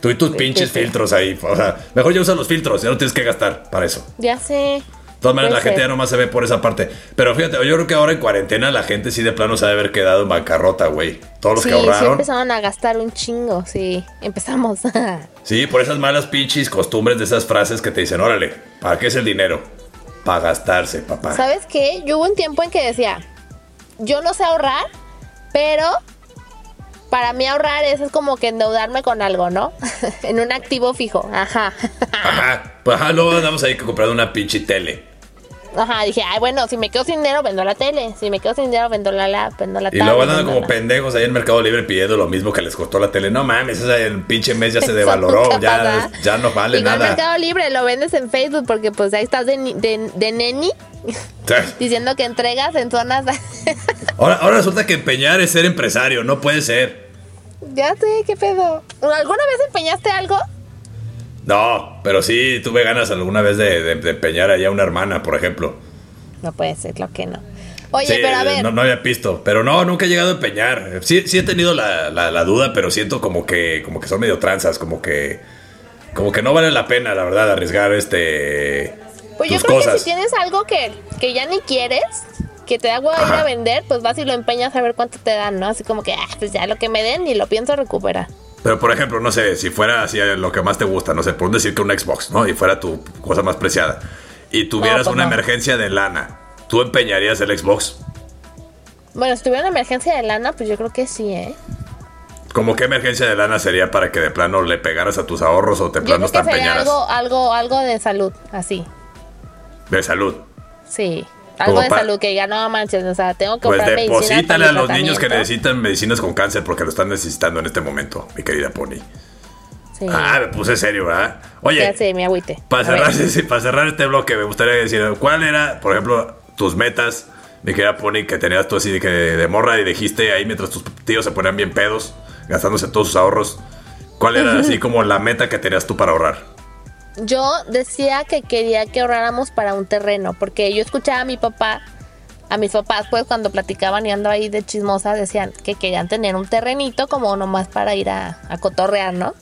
[SPEAKER 3] Tú y tus pinches
[SPEAKER 2] sí.
[SPEAKER 3] filtros ahí. O sea, mejor ya usa los filtros, ya no tienes que gastar para eso.
[SPEAKER 2] ya sé.
[SPEAKER 3] De todas maneras, la
[SPEAKER 2] Puede
[SPEAKER 3] gente
[SPEAKER 2] ser.
[SPEAKER 3] ya nomás se ve por esa parte. Pero fíjate, yo creo que ahora en cuarentena la gente sí de plano se ha de haber quedado en bancarrota, güey. Todos los
[SPEAKER 2] Sí,
[SPEAKER 3] que
[SPEAKER 2] sí
[SPEAKER 3] ahorraron. Sí,
[SPEAKER 2] empezaron a gastar un chingo, sí. Empezamos.
[SPEAKER 3] por esas malas pinches costumbres de esas frases que te dicen, órale, ¿para qué es el dinero? Para gastarse, papá.
[SPEAKER 2] ¿Sabes qué? Yo hubo un tiempo en que decía, yo no sé ahorrar, pero para mí ahorrar es, es como que endeudarme con algo, ¿no? en un activo fijo. Ajá.
[SPEAKER 3] Ajá, pues ajá, luego andamos ahí que comprar una pinche tele.
[SPEAKER 2] Ajá, dije, ay, bueno, si me quedo sin dinero, vendo la tele. Si me quedo sin dinero, vendo la la, vendo la
[SPEAKER 3] Y
[SPEAKER 2] tablet,
[SPEAKER 3] luego andan
[SPEAKER 2] vendo
[SPEAKER 3] como
[SPEAKER 2] la-
[SPEAKER 3] pendejos ahí en Mercado Libre pidiendo lo mismo que les costó la tele. No mames, esa el pinche mes ya se
[SPEAKER 2] Eso
[SPEAKER 3] devaloró,
[SPEAKER 2] nunca
[SPEAKER 3] ya,
[SPEAKER 2] pasa.
[SPEAKER 3] ya no vale
[SPEAKER 2] Igual
[SPEAKER 3] nada.
[SPEAKER 2] Mercado Libre lo vendes en Facebook porque pues ahí estás de, ni- de, de neni diciendo que entregas en zonas...
[SPEAKER 3] Ahora, ahora resulta que empeñar es ser empresario, no puede ser.
[SPEAKER 2] Ya sé, qué pedo. ¿Alguna vez empeñaste algo?
[SPEAKER 3] No, pero sí tuve ganas alguna vez de, de, de empeñar allá a una hermana, por ejemplo.
[SPEAKER 2] No puede ser, lo que no. Oye,
[SPEAKER 3] Sí, eh,
[SPEAKER 2] pero a ver,
[SPEAKER 3] No, no había pisto. Pero no, nunca he llegado a empeñar. Sí, sí he tenido la, la- la duda, pero siento como que, como que son medio tranzas, como que. Como que no vale la pena, la verdad, arriesgar este.
[SPEAKER 2] pues yo
[SPEAKER 3] tus
[SPEAKER 2] creo que
[SPEAKER 3] cosas.
[SPEAKER 2] si tienes algo que, que ya ni quieres, que te da hueva ir
[SPEAKER 3] Ajá.
[SPEAKER 2] a vender, pues vas y lo empeñas a ver cuánto te dan, ¿no? Así como que, ah, pues ya lo que me den y lo pienso recuperar.
[SPEAKER 3] Pero por ejemplo, no sé, si fuera así eh, lo que más te gusta, no sé, por decir que un Xbox, ¿no? Y fuera tu cosa más preciada. Y tuvieras
[SPEAKER 2] pues
[SPEAKER 3] una
[SPEAKER 2] no.
[SPEAKER 3] emergencia de lana, ¿tú empeñarías el Xbox?
[SPEAKER 2] Bueno, si tuviera una emergencia de lana, pues yo creo que sí, ¿eh?
[SPEAKER 3] ¿Cómo qué emergencia de lana sería para que de plano le pegaras a tus ahorros o de
[SPEAKER 2] Yo creo
[SPEAKER 3] plano te
[SPEAKER 2] que sería
[SPEAKER 3] empeñaras?
[SPEAKER 2] algo, algo, algo de salud, así,
[SPEAKER 3] De salud.
[SPEAKER 2] sí. Algo
[SPEAKER 3] Como
[SPEAKER 2] de
[SPEAKER 3] pa-
[SPEAKER 2] salud que diga, no manches, o sea, tengo que
[SPEAKER 3] Pues
[SPEAKER 2] comprar medicina.
[SPEAKER 3] deposítale
[SPEAKER 2] para
[SPEAKER 3] a
[SPEAKER 2] mi
[SPEAKER 3] los niños que
[SPEAKER 2] tratamiento.
[SPEAKER 3] necesitan medicinas con cáncer porque lo están necesitando en este momento, mi querida Pony.
[SPEAKER 2] Sí.
[SPEAKER 3] Ah, me puse serio, ¿verdad?
[SPEAKER 2] ya
[SPEAKER 3] Oye,
[SPEAKER 2] sé, mi agüite.
[SPEAKER 3] para
[SPEAKER 2] A ver.
[SPEAKER 3] cerrar, sí, para cerrar este bloque, me gustaría decir, ¿cuál era, por ejemplo, tus metas mi querida Pony, que tenías tú así de, que de morra y dijiste ahí mientras tus tíos se ponían bien pedos, gastándose todos sus ahorros. ¿Cuál era así como la meta que tenías tú para ahorrar?
[SPEAKER 2] Yo decía que quería que ahorráramos para un terreno, porque yo escuchaba a mi papá, a mis papás, pues cuando platicaban y ando ahí de chismosa, decían que querían tener un terrenito como nomás para ir a, a cotorrear, ¿no?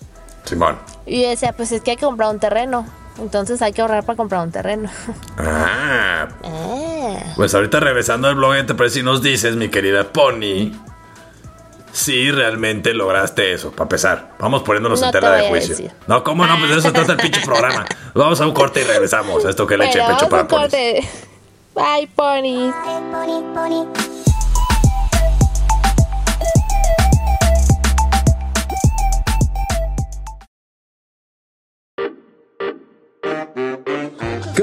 [SPEAKER 3] Simón.
[SPEAKER 2] Y yo decía, pues es que hay que comprar un terreno, entonces hay que ahorrar para comprar un terreno.
[SPEAKER 3] Ah,
[SPEAKER 2] Ah.
[SPEAKER 3] Pues ahorita regresando al blog, te parece si nos dices, mi querida Pony, si realmente lograste eso, para empezar. Vamos poniéndonos en
[SPEAKER 2] No te
[SPEAKER 3] tela de
[SPEAKER 2] voy a
[SPEAKER 3] juicio.
[SPEAKER 2] decir.
[SPEAKER 3] No, ¿cómo no? Pues de eso trata el pinche programa. Vamos a un corte y regresamos. Esto que le eche
[SPEAKER 2] Bueno, vamos
[SPEAKER 3] pecho
[SPEAKER 2] a
[SPEAKER 3] para
[SPEAKER 2] un
[SPEAKER 3] ponis.
[SPEAKER 2] corte. Bye, ponis.
[SPEAKER 1] pony pony
[SPEAKER 4] ¿Qué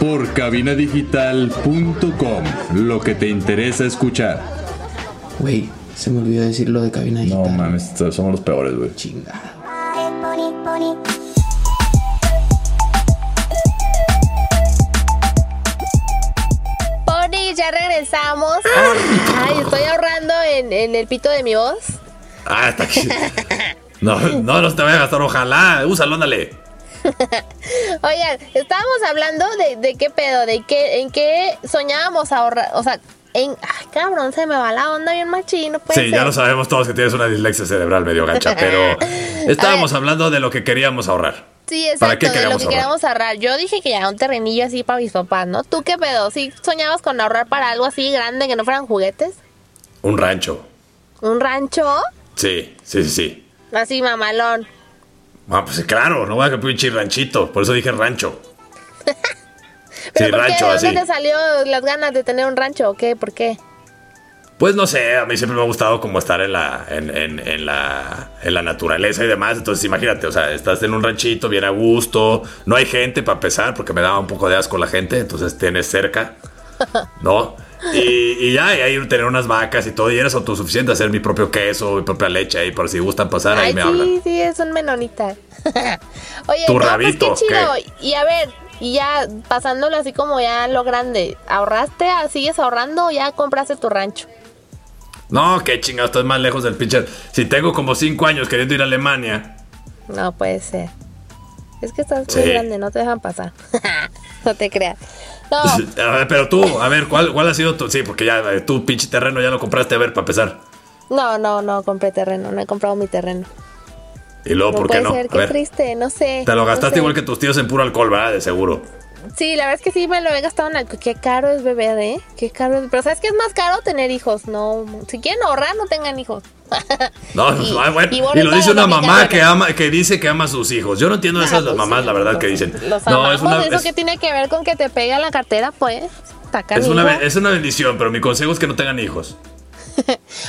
[SPEAKER 4] Por cabinadigital.com, lo que te interesa escuchar.
[SPEAKER 5] Güey, se me olvidó decir lo de cabina
[SPEAKER 4] No
[SPEAKER 5] digital.
[SPEAKER 4] mames, somos los peores, güey.
[SPEAKER 5] Chingada.
[SPEAKER 1] pony pony
[SPEAKER 2] Pony, ya regresamos. Ay, estoy ahorrando en, en el pito de mi voz.
[SPEAKER 3] Ah, está aquí. No, no, no te vayas a gastar, ojalá. Úsalo, ándale.
[SPEAKER 2] Oigan, estábamos hablando de, de qué pedo, de qué, en qué soñábamos ahorrar, o sea, en, ay, cabrón, se me va la onda bien machín, no puede
[SPEAKER 3] Sí, ya
[SPEAKER 2] ser.
[SPEAKER 3] lo sabemos todos que tienes una dislexia cerebral medio gancha, pero estábamos hablando de lo que queríamos ahorrar.
[SPEAKER 2] Sí,
[SPEAKER 3] ¿Para
[SPEAKER 2] exacto,
[SPEAKER 3] qué
[SPEAKER 2] de lo
[SPEAKER 3] queríamos
[SPEAKER 2] que
[SPEAKER 3] ahorrar?
[SPEAKER 2] queríamos ahorrar. Yo dije que ya un terrenillo así para mis papás, ¿no? ¿Tú qué pedo? ¿Sí soñabas con ahorrar para algo así grande que no fueran juguetes?
[SPEAKER 3] Un rancho.
[SPEAKER 2] ¿Un rancho?
[SPEAKER 3] Sí, sí, sí, sí.
[SPEAKER 2] Así, mamalón.
[SPEAKER 3] Ah, pues claro, no voy a que pinche ranchito, por eso dije rancho.
[SPEAKER 2] ¿Pero
[SPEAKER 3] sí,
[SPEAKER 2] por qué?
[SPEAKER 3] rancho
[SPEAKER 2] ¿De
[SPEAKER 3] así.
[SPEAKER 2] dónde te salió las ganas de tener un rancho o qué? ¿Por qué?
[SPEAKER 3] Pues no sé, a mí siempre me ha gustado como estar en la, en, en- en la, en la naturaleza y demás. Entonces imagínate, o sea, estás en un ranchito bien a gusto, no hay gente para empezar porque me daba un poco de asco la gente, entonces tienes cerca, ¿no? Y, y ya, y ahí tener unas vacas y todo, y eres autosuficiente, hacer mi propio queso, mi propia leche ahí, por si gustan pasar, ahí
[SPEAKER 2] Ay,
[SPEAKER 3] me
[SPEAKER 2] sí,
[SPEAKER 3] hablan.
[SPEAKER 2] sí, es un menonita. Oye,
[SPEAKER 3] Tu
[SPEAKER 2] no, pues,
[SPEAKER 3] rabito,
[SPEAKER 2] qué chido. Y a ver, y ya pasándolo así como ya lo grande, ¿ahorraste? ¿Ah, ¿Sigues ahorrando o ya compraste tu rancho?
[SPEAKER 3] No, qué chingado, estás más lejos del pinche. Si tengo como cinco años queriendo ir a Alemania,
[SPEAKER 2] No puede ser. Es que estás
[SPEAKER 3] Sí.
[SPEAKER 2] muy grande, no te dejan pasar. no te creas. No,
[SPEAKER 3] A ver, pero tú, a ver, ¿cuál, cuál ha sido tu...? Sí, porque ya eh, tu pinche terreno ya lo compraste, a ver, para empezar.
[SPEAKER 2] no, no, no compré terreno, no he comprado mi terreno.
[SPEAKER 3] Y luego,
[SPEAKER 2] no
[SPEAKER 3] ¿por qué
[SPEAKER 2] puede
[SPEAKER 3] no?
[SPEAKER 2] ser,
[SPEAKER 3] a
[SPEAKER 2] qué
[SPEAKER 3] ver,
[SPEAKER 2] triste, no sé.
[SPEAKER 3] te lo
[SPEAKER 2] no
[SPEAKER 3] gastaste
[SPEAKER 2] sé.
[SPEAKER 3] igual que tus tíos en puro alcohol, ¿verdad? De seguro.
[SPEAKER 2] Sí, la verdad es que sí me lo he gastado en alcohol. Qué caro es beber, ¿eh? Qué caro es. Pero ¿sabes qué es más caro tener hijos? No, si quieren ahorrar, no tengan hijos.
[SPEAKER 3] No,
[SPEAKER 2] Y-
[SPEAKER 3] ah, bueno,
[SPEAKER 2] y
[SPEAKER 3] y,
[SPEAKER 2] bueno,
[SPEAKER 3] lo
[SPEAKER 2] toda
[SPEAKER 3] dice
[SPEAKER 2] la
[SPEAKER 3] una
[SPEAKER 2] familia
[SPEAKER 3] mamá
[SPEAKER 2] buena.
[SPEAKER 3] que ama, que dice que ama a sus hijos. Yo no entiendo esas las
[SPEAKER 2] pues,
[SPEAKER 3] mamás,
[SPEAKER 2] sí,
[SPEAKER 3] la verdad, que
[SPEAKER 2] los-
[SPEAKER 3] dicen.
[SPEAKER 2] Los
[SPEAKER 3] no, es
[SPEAKER 2] amamos,
[SPEAKER 3] una,
[SPEAKER 2] ¿Eso
[SPEAKER 3] es,
[SPEAKER 2] que tiene que ver con que te pegue a la cartera, pues? Está
[SPEAKER 3] es
[SPEAKER 2] canijo.
[SPEAKER 3] una, be- es una bendición, pero mi consejo es que no tengan hijos.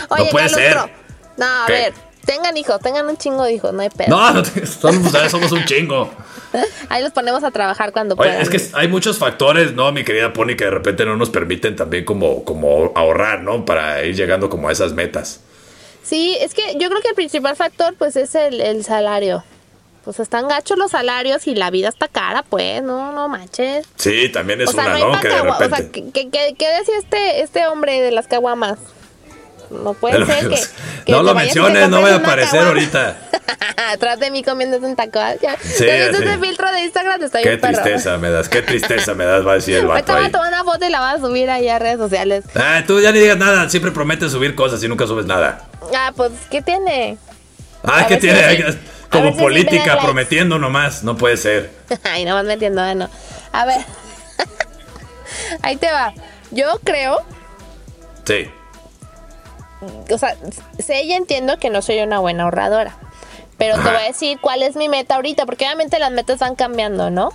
[SPEAKER 2] Oye,
[SPEAKER 3] puede
[SPEAKER 2] ya lo
[SPEAKER 3] ser.
[SPEAKER 2] otro. No, a
[SPEAKER 3] ¿Qué?
[SPEAKER 2] ver. Tengan hijos, tengan un chingo de hijos, no hay pedo.
[SPEAKER 3] No, no te- somos, ustedes somos un chingo.
[SPEAKER 2] Ahí los ponemos a trabajar cuando
[SPEAKER 3] Oye,
[SPEAKER 2] puedan.
[SPEAKER 3] es que hay muchos factores, ¿no? Mi querida Pony, que de repente no nos permiten también como, como ahorrar, ¿no? Para ir llegando como a esas metas.
[SPEAKER 2] Sí, es que yo creo que el principal factor, pues, es el, el salario. Pues están gachos los salarios y la vida está cara, pues, no, no manches.
[SPEAKER 3] Sí, también es
[SPEAKER 2] o sea,
[SPEAKER 3] una,
[SPEAKER 2] no hay
[SPEAKER 3] ¿no?
[SPEAKER 2] pa'
[SPEAKER 3] Que de
[SPEAKER 2] cagua- O
[SPEAKER 3] repente.
[SPEAKER 2] sea, ¿qué, qué- qué- qué decía este, este hombre de las caguamas? No puede
[SPEAKER 3] Pero- pues,
[SPEAKER 2] ser que, que
[SPEAKER 3] no
[SPEAKER 2] te
[SPEAKER 3] lo
[SPEAKER 2] vayas y te
[SPEAKER 3] menciones, no
[SPEAKER 2] compres
[SPEAKER 3] vaya a
[SPEAKER 2] una
[SPEAKER 3] aparecer
[SPEAKER 2] caguama.
[SPEAKER 3] ahorita.
[SPEAKER 2] Atrás de mí comiéndote un taco. ¿ah? Ya,
[SPEAKER 3] Sí,
[SPEAKER 2] ¿Ya viste
[SPEAKER 3] sí.
[SPEAKER 2] ese filtro de Instagram? Está
[SPEAKER 3] Qué
[SPEAKER 2] bien perro.
[SPEAKER 3] tristeza me das, qué tristeza me das, va a decir el
[SPEAKER 2] Ahorita
[SPEAKER 3] vato
[SPEAKER 2] voy
[SPEAKER 3] ahí.
[SPEAKER 2] a tomar una foto y la vas a subir ahí a redes sociales.
[SPEAKER 3] Ah, tú ya ni digas nada, siempre prometes subir cosas y nunca subes nada.
[SPEAKER 2] Ah, pues, ¿qué tiene?
[SPEAKER 3] Ah,
[SPEAKER 2] A
[SPEAKER 3] ¿qué
[SPEAKER 2] ver si
[SPEAKER 3] tiene?
[SPEAKER 2] sí.
[SPEAKER 3] Ay,
[SPEAKER 2] A ver si
[SPEAKER 3] Como
[SPEAKER 2] sí me dan
[SPEAKER 3] política,
[SPEAKER 2] likes.
[SPEAKER 3] prometiendo nomás, no puede ser.
[SPEAKER 2] Ay, no más me entiendo, ah, no. A ver. Ahí te va. Yo creo,
[SPEAKER 3] Sí,
[SPEAKER 2] o sea, sé y entiendo que no soy una buena ahorradora. Pero te
[SPEAKER 3] Ajá.
[SPEAKER 2] voy a decir cuál es mi meta ahorita, porque obviamente las metas van cambiando, ¿no?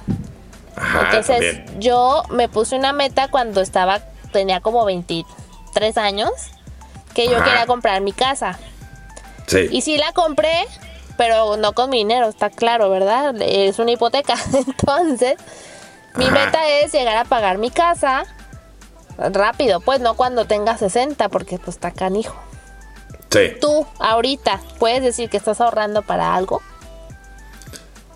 [SPEAKER 3] ajá,
[SPEAKER 2] Entonces,
[SPEAKER 3] Ah, también.
[SPEAKER 2] yo me puse una meta cuando estaba, tenía como 20, tres años que yo
[SPEAKER 3] Ajá.
[SPEAKER 2] quería comprar mi casa.
[SPEAKER 3] Sí.
[SPEAKER 2] Y sí la compré, pero no con mi dinero, está claro, ¿verdad? Es una hipoteca. Entonces, mi
[SPEAKER 3] Ajá.
[SPEAKER 2] meta es llegar a pagar mi casa rápido, pues no cuando tenga 60, porque pues está canijo.
[SPEAKER 3] Sí.
[SPEAKER 2] Tú, ahorita, ¿puedes decir que estás ahorrando para algo?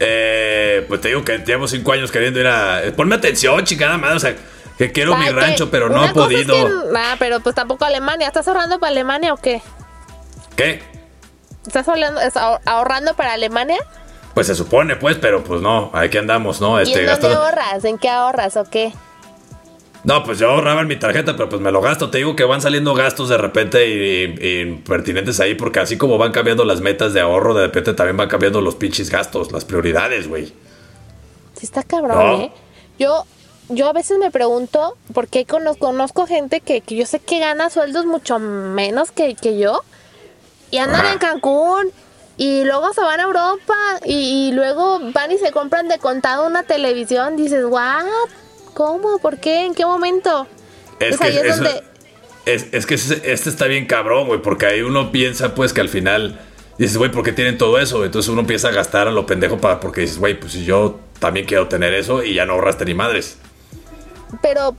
[SPEAKER 3] Eh, pues te digo que llevo cinco años queriendo ir a. eh, Ponme atención, chingada madre. O sea, que quiero
[SPEAKER 2] O sea,
[SPEAKER 3] mi
[SPEAKER 2] que
[SPEAKER 3] rancho, pero no
[SPEAKER 2] una
[SPEAKER 3] he
[SPEAKER 2] cosa es
[SPEAKER 3] podido.
[SPEAKER 2] que- ah, pero pues tampoco Alemania. ¿Estás ahorrando para Alemania o qué?
[SPEAKER 3] ¿Qué?
[SPEAKER 2] ¿Estás hablando- es ahor- ahorrando para Alemania?
[SPEAKER 3] Pues se supone, pues, pero pues no, aquí andamos, ¿no?
[SPEAKER 2] ¿Y
[SPEAKER 3] Este
[SPEAKER 2] en dónde
[SPEAKER 3] gasto.
[SPEAKER 2] ahorras? ¿En qué ahorras o qué?
[SPEAKER 3] No, pues yo ahorraba en mi tarjeta, pero pues me lo gasto. Te digo que van saliendo gastos de repente y, y- y pertinentes ahí, porque así como van cambiando las metas de ahorro, de repente también van cambiando los pinches gastos, las prioridades, güey.
[SPEAKER 2] Sí está cabrón,
[SPEAKER 3] No.
[SPEAKER 2] ¿eh? Yo, yo a veces me pregunto por qué conozco, conozco gente que, que yo sé que gana sueldos mucho menos que, que yo y andan
[SPEAKER 3] Ajá.
[SPEAKER 2] en Cancún y luego se van a Europa y, y luego van y se compran de contado una televisión. Dices, ¿what? ¿Cómo? ¿Por qué? ¿En qué momento?
[SPEAKER 3] Es
[SPEAKER 2] Pues ahí
[SPEAKER 3] que
[SPEAKER 2] es
[SPEAKER 3] eso-
[SPEAKER 2] donde-
[SPEAKER 3] es, es que ese- este está bien cabrón, güey, porque ahí uno piensa, pues, que al final dices, güey, ¿por qué tienen todo eso? Entonces uno empieza a gastar a lo pendejo para, porque dices, güey, pues si yo también quiero tener eso y ya no ahorraste ni madres.
[SPEAKER 2] Pero,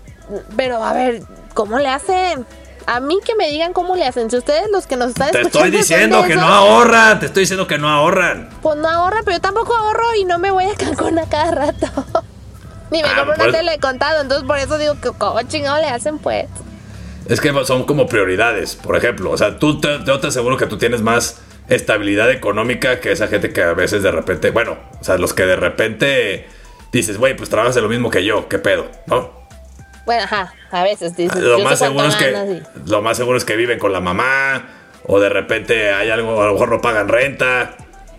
[SPEAKER 2] pero a ver, ¿cómo le hacen? A mí que me digan cómo le hacen. Si ustedes los que nos están
[SPEAKER 3] Te
[SPEAKER 2] escuchando.
[SPEAKER 3] estoy
[SPEAKER 2] son de
[SPEAKER 3] diciendo que no
[SPEAKER 2] esos,
[SPEAKER 3] ahorran, te estoy diciendo que no ahorran.
[SPEAKER 2] Pues no ahorra, pero yo tampoco ahorro y no me voy a Cancún a cada rato. Ni me
[SPEAKER 3] Ah,
[SPEAKER 2] compro
[SPEAKER 3] por-
[SPEAKER 2] una tele de contado, entonces por eso digo que cómo chingado le hacen pues.
[SPEAKER 3] Es que son como prioridades, por ejemplo. O sea, tú te, yo te aseguro que tú tienes más estabilidad económica que esa gente que a veces de repente, bueno, o sea, los que de repente dices, güey, pues trabajas en lo mismo que yo, ¿qué pedo? ¿No?
[SPEAKER 2] Bueno, ajá, a veces dices.
[SPEAKER 3] lo
[SPEAKER 2] yo
[SPEAKER 3] más
[SPEAKER 2] sé
[SPEAKER 3] seguro es
[SPEAKER 2] cuánto
[SPEAKER 3] que
[SPEAKER 2] ganas y-
[SPEAKER 3] lo más seguro es que viven con la mamá o de repente hay algo a lo mejor no pagan renta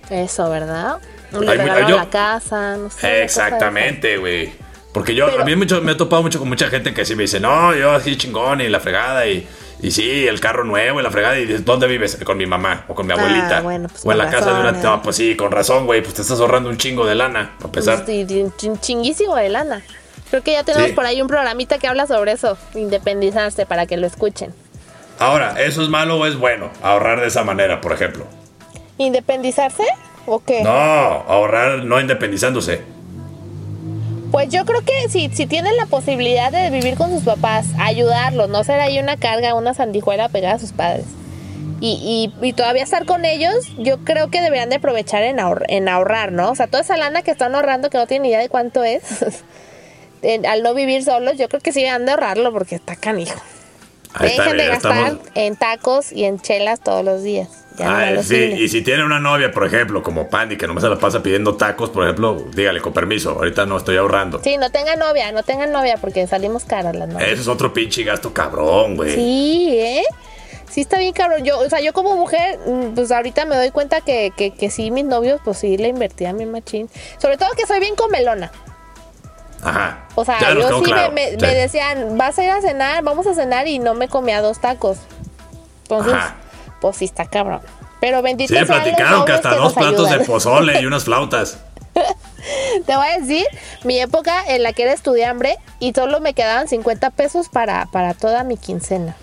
[SPEAKER 2] Eso, ¿verdad? Le
[SPEAKER 3] Hay mu-
[SPEAKER 2] regalaron
[SPEAKER 3] yo-
[SPEAKER 2] la casa, no sé. una cosa
[SPEAKER 3] exactamente güey porque yo
[SPEAKER 2] Pero-
[SPEAKER 3] a mí mucho- me he topado mucho con mucha gente que sí me dice no yo así chingón y la fregada y y sí, el carro nuevo y la fregada. ¿Y dices, dónde vives? Con mi mamá o con mi abuelita.
[SPEAKER 2] bueno, pues,
[SPEAKER 3] o
[SPEAKER 2] con
[SPEAKER 3] en la casa de una.
[SPEAKER 2] razón, ¿eh? Pues
[SPEAKER 3] No, pues sí, con razón, güey. Pues te estás ahorrando un chingo de lana. A
[SPEAKER 2] de
[SPEAKER 3] pesar.
[SPEAKER 2] esas. Y de un chin- chinguísimo de lana. Creo que ya tenemos
[SPEAKER 3] Sí.
[SPEAKER 2] por ahí un programita que habla sobre eso, independizarse, para que lo escuchen.
[SPEAKER 3] Ahora, ¿eso es malo o es bueno? Ahorrar de esa manera, por ejemplo.
[SPEAKER 2] ¿Independizarse o qué?
[SPEAKER 3] No, ahorrar no independizándose.
[SPEAKER 2] Pues yo creo que si, si tienen la posibilidad de vivir con sus papás, ayudarlos, no ser ahí una carga, una sandijuela pegada a sus padres. Y, y- y todavía estar con ellos, yo creo que deberían de aprovechar en, ahor- en ahorrar, ¿no? O sea, toda esa lana que están ahorrando, que no tienen idea de cuánto es, en- al no vivir solos, yo creo que sí deberían de ahorrarlo porque está canijo.
[SPEAKER 3] Ahí está,
[SPEAKER 2] Dejen de
[SPEAKER 3] mira,
[SPEAKER 2] gastar
[SPEAKER 3] estamos-
[SPEAKER 2] en tacos y en chelas todos los días. Ya no
[SPEAKER 3] Ah,
[SPEAKER 2] vale
[SPEAKER 3] sí,
[SPEAKER 2] cine.
[SPEAKER 3] y si tiene una novia, por ejemplo, como Pandy, que nomás se la pasa pidiendo tacos, por ejemplo, dígale, con permiso, ahorita no estoy ahorrando.
[SPEAKER 2] Sí, no tengan novia, no tengan novia porque salimos caras las novias.
[SPEAKER 3] Eso es otro pinche gasto cabrón, güey.
[SPEAKER 2] Sí, ¿eh? Sí está bien cabrón. Yo, o sea, yo como mujer, mm, pues ahorita me doy cuenta que, que, que sí, mis novios, pues sí, le invertí a mi machín. Sobre todo que soy bien comelona.
[SPEAKER 3] Ajá.
[SPEAKER 2] O sea,
[SPEAKER 3] Ya
[SPEAKER 2] yo
[SPEAKER 3] nos quedó
[SPEAKER 2] sí me-
[SPEAKER 3] claro,
[SPEAKER 2] me,
[SPEAKER 3] sí.
[SPEAKER 2] me decían, vas a ir a cenar, vamos a cenar y no me comía dos tacos. Entonces,
[SPEAKER 3] Ajá.
[SPEAKER 2] pues sí está cabrón. Pero bendito
[SPEAKER 3] Sí, me
[SPEAKER 2] sean los
[SPEAKER 3] platicaron que
[SPEAKER 2] novios
[SPEAKER 3] hasta
[SPEAKER 2] que
[SPEAKER 3] dos
[SPEAKER 2] nos
[SPEAKER 3] platos de
[SPEAKER 2] ayudan.
[SPEAKER 3] pozole y unas flautas.
[SPEAKER 2] Te voy a decir, mi época en la que era estudiambre y solo me quedaban 50 pesos para, para toda mi quincena.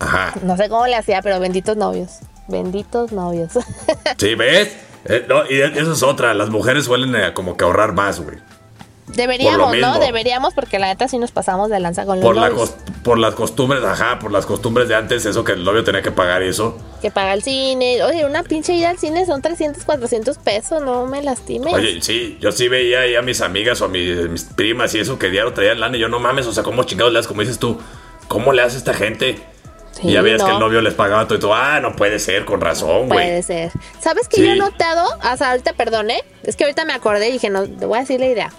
[SPEAKER 3] Ajá.
[SPEAKER 2] No sé cómo le hacía, pero benditos novios. Benditos novios.
[SPEAKER 3] Sí, ¿ves? Eh, no, y eso es otra. Las mujeres suelen eh, como que ahorrar más, güey.
[SPEAKER 2] Deberíamos, ¿no?
[SPEAKER 3] mismo.
[SPEAKER 2] Deberíamos, porque la neta sí nos pasamos de lanza con los
[SPEAKER 3] Por, la
[SPEAKER 2] novios.
[SPEAKER 3] cos- por las costumbres, ajá, por las costumbres de antes, eso que el novio tenía que pagar y eso.
[SPEAKER 2] Que paga el cine. Oye, una pinche ida al cine son 300, 400 pesos, no me lastimes.
[SPEAKER 3] Oye, sí, yo sí veía ahí a mis amigas o a mis, mis primas y eso que diario traían lana y yo no mames, o sea, ¿cómo chingados le haces? Como dices tú, ¿cómo le hace esta gente?
[SPEAKER 2] Sí,
[SPEAKER 3] y ya veías
[SPEAKER 2] no.
[SPEAKER 3] que el novio les pagaba todo y tú, ah, no puede ser, con razón,
[SPEAKER 2] Puede
[SPEAKER 3] güey.
[SPEAKER 2] ser. ¿Sabes que
[SPEAKER 3] Sí.
[SPEAKER 2] yo he notado? O sea, ahorita perdone, es que ahorita me acordé y dije, no, te voy a decir la idea.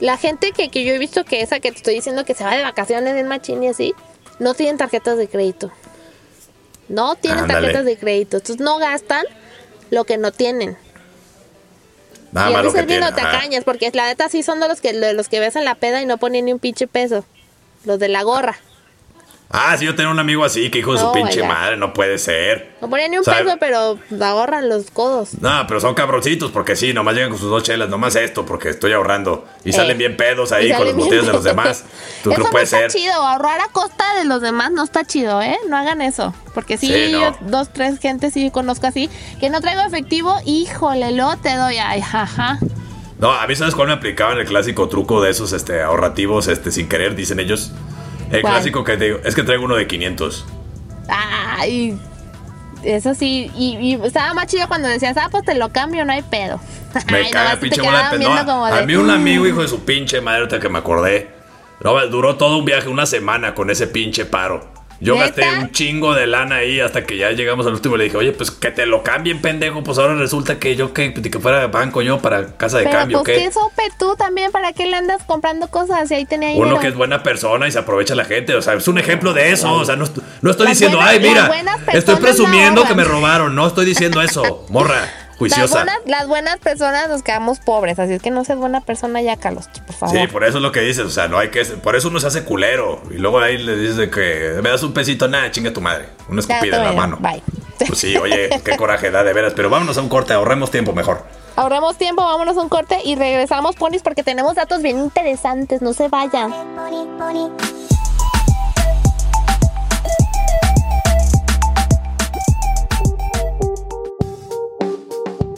[SPEAKER 2] La gente que, que yo he visto que esa que te estoy diciendo que se va de vacaciones en machín y así, no tienen tarjetas de crédito. No tienen
[SPEAKER 3] Ándale.
[SPEAKER 2] tarjetas de crédito. Entonces no gastan lo que no tienen.
[SPEAKER 3] Nada
[SPEAKER 2] y hay
[SPEAKER 3] Ah, más
[SPEAKER 2] que
[SPEAKER 3] lo que
[SPEAKER 2] ser bien
[SPEAKER 3] tiene. ajá.
[SPEAKER 2] tacañas, porque la neta sí son de los que de los que ves en la peda y no ponen ni un pinche peso. Los de la gorra.
[SPEAKER 3] Ah, sí, yo tenía un amigo así que hijo de
[SPEAKER 2] Oh,
[SPEAKER 3] su pinche
[SPEAKER 2] my God.
[SPEAKER 3] madre, no puede ser.
[SPEAKER 2] No ponían ni un
[SPEAKER 3] ¿Sabe?
[SPEAKER 2] peso, pero ahorran los codos.
[SPEAKER 3] No, pero son cabroncitos porque sí, nomás llegan con sus dos chelas, nomás esto porque estoy ahorrando. Y
[SPEAKER 2] Eh.
[SPEAKER 3] salen bien pedos
[SPEAKER 2] Y
[SPEAKER 3] ahí con
[SPEAKER 2] salen
[SPEAKER 3] las
[SPEAKER 2] bien
[SPEAKER 3] botellas de los
[SPEAKER 2] pedos.
[SPEAKER 3] demás. Tú
[SPEAKER 2] eso
[SPEAKER 3] no
[SPEAKER 2] no
[SPEAKER 3] puede
[SPEAKER 2] está
[SPEAKER 3] ser.
[SPEAKER 2] chido, ahorrar a costa de los demás no está chido, ¿eh? No hagan eso, porque sí,
[SPEAKER 3] Sí, no.
[SPEAKER 2] yo dos, tres gente sí conozco así, que no traigo efectivo, híjole, luego te doy, ay, jaja.
[SPEAKER 3] No, a mí sabes cuál me aplicaban el clásico truco de esos este, ahorrativos este, sin querer, dicen ellos. El
[SPEAKER 2] ¿Cuál?
[SPEAKER 3] clásico que te digo, es que traigo uno de 500.
[SPEAKER 2] Ay, eso sí, y, y estaba más chido cuando decías, ah, pues te lo cambio, no hay pedo.
[SPEAKER 3] Me
[SPEAKER 2] Ay, nomás
[SPEAKER 3] caga
[SPEAKER 2] te
[SPEAKER 3] pinche
[SPEAKER 2] quedaban
[SPEAKER 3] bola de pe-
[SPEAKER 2] viendo
[SPEAKER 3] no,
[SPEAKER 2] como
[SPEAKER 3] A
[SPEAKER 2] de,
[SPEAKER 3] mí un
[SPEAKER 2] "Mm".
[SPEAKER 3] amigo, hijo de su pinche madre, ahorita que me acordé. No, duró todo un viaje, una semana con ese pinche paro. Yo
[SPEAKER 2] ¿Neta?
[SPEAKER 3] gasté un chingo de lana ahí hasta que ya llegamos al último y le dije, oye, pues que te lo cambien, pendejo. Pues ahora resulta que yo que, que fuera banco yo para casa de
[SPEAKER 2] Pero
[SPEAKER 3] cambio,
[SPEAKER 2] pues
[SPEAKER 3] ¿qué?
[SPEAKER 2] qué sope tú también, ¿para qué le andas comprando cosas? Y ahí tenía dinero.
[SPEAKER 3] Uno que es buena persona y se aprovecha la gente. O sea, es un ejemplo de eso. O sea, no, est- no estoy
[SPEAKER 2] Las
[SPEAKER 3] diciendo,
[SPEAKER 2] buenas-
[SPEAKER 3] ay,
[SPEAKER 2] las
[SPEAKER 3] mira,
[SPEAKER 2] buenas
[SPEAKER 3] estoy
[SPEAKER 2] personas no
[SPEAKER 3] presumiendo que me
[SPEAKER 2] ahorran".
[SPEAKER 3] robaron. No estoy diciendo eso, morra,
[SPEAKER 2] las
[SPEAKER 3] juiciosa.
[SPEAKER 2] buenas, las buenas personas nos quedamos pobres, así es que no seas buena persona ya, Carlos, por favor.
[SPEAKER 3] Sí, por eso es lo que dices, o sea, no hay que, por eso uno se hace culero y luego ahí le dices de que me das un pesito, nada, chinga tu madre, una
[SPEAKER 2] Ya,
[SPEAKER 3] escupida en
[SPEAKER 2] te
[SPEAKER 3] la
[SPEAKER 2] veo.
[SPEAKER 3] mano.
[SPEAKER 2] Bye.
[SPEAKER 3] Pues sí, oye, qué coraje da de veras, pero vámonos a un corte, ahorremos tiempo mejor.
[SPEAKER 2] Ahorremos tiempo, vámonos a un corte y regresamos, ponis, porque tenemos datos bien interesantes, no se vayan.
[SPEAKER 1] pony pony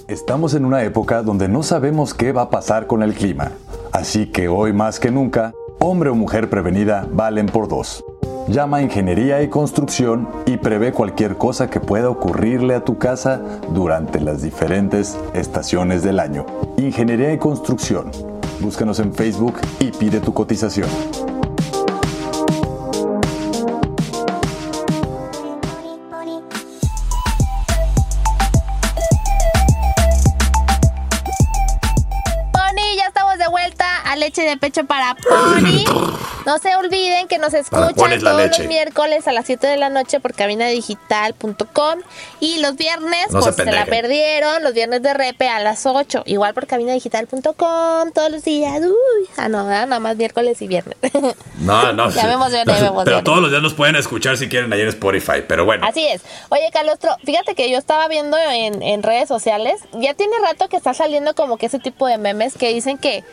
[SPEAKER 4] Estamos en una época donde no sabemos qué va a pasar con el clima, así que hoy más que nunca, hombre o mujer prevenida valen por dos. Llama a Ingeniería y Construcción y prevé cualquier cosa que pueda ocurrirle a tu casa durante las diferentes estaciones del año. Ingeniería y Construcción. Búscanos en Facebook y pide tu cotización.
[SPEAKER 1] pony pony
[SPEAKER 2] Pony, ya estamos de vuelta a leche de pecho para Pony. No se olviden que nos escuchan
[SPEAKER 3] Pony
[SPEAKER 2] todos
[SPEAKER 3] es la
[SPEAKER 2] los
[SPEAKER 3] leche.
[SPEAKER 2] miércoles a las 7 de la noche por cabinadigital.com y los viernes,
[SPEAKER 3] No se
[SPEAKER 2] por si se la
[SPEAKER 3] pendejen.
[SPEAKER 2] perdieron, los viernes de repe a las 8, igual por cabinadigital.com todos los días. Uy, ah, no, ¿verdad? nada más miércoles y viernes.
[SPEAKER 3] No, no,
[SPEAKER 2] Ya me emocioné, me emocioné.
[SPEAKER 3] pero todos los días nos pueden escuchar si quieren ahí en Spotify, pero bueno,
[SPEAKER 2] Así es. Oye, Calostro, fíjate que yo estaba viendo en, en redes sociales, ya tiene rato que está saliendo como que ese tipo de memes que dicen que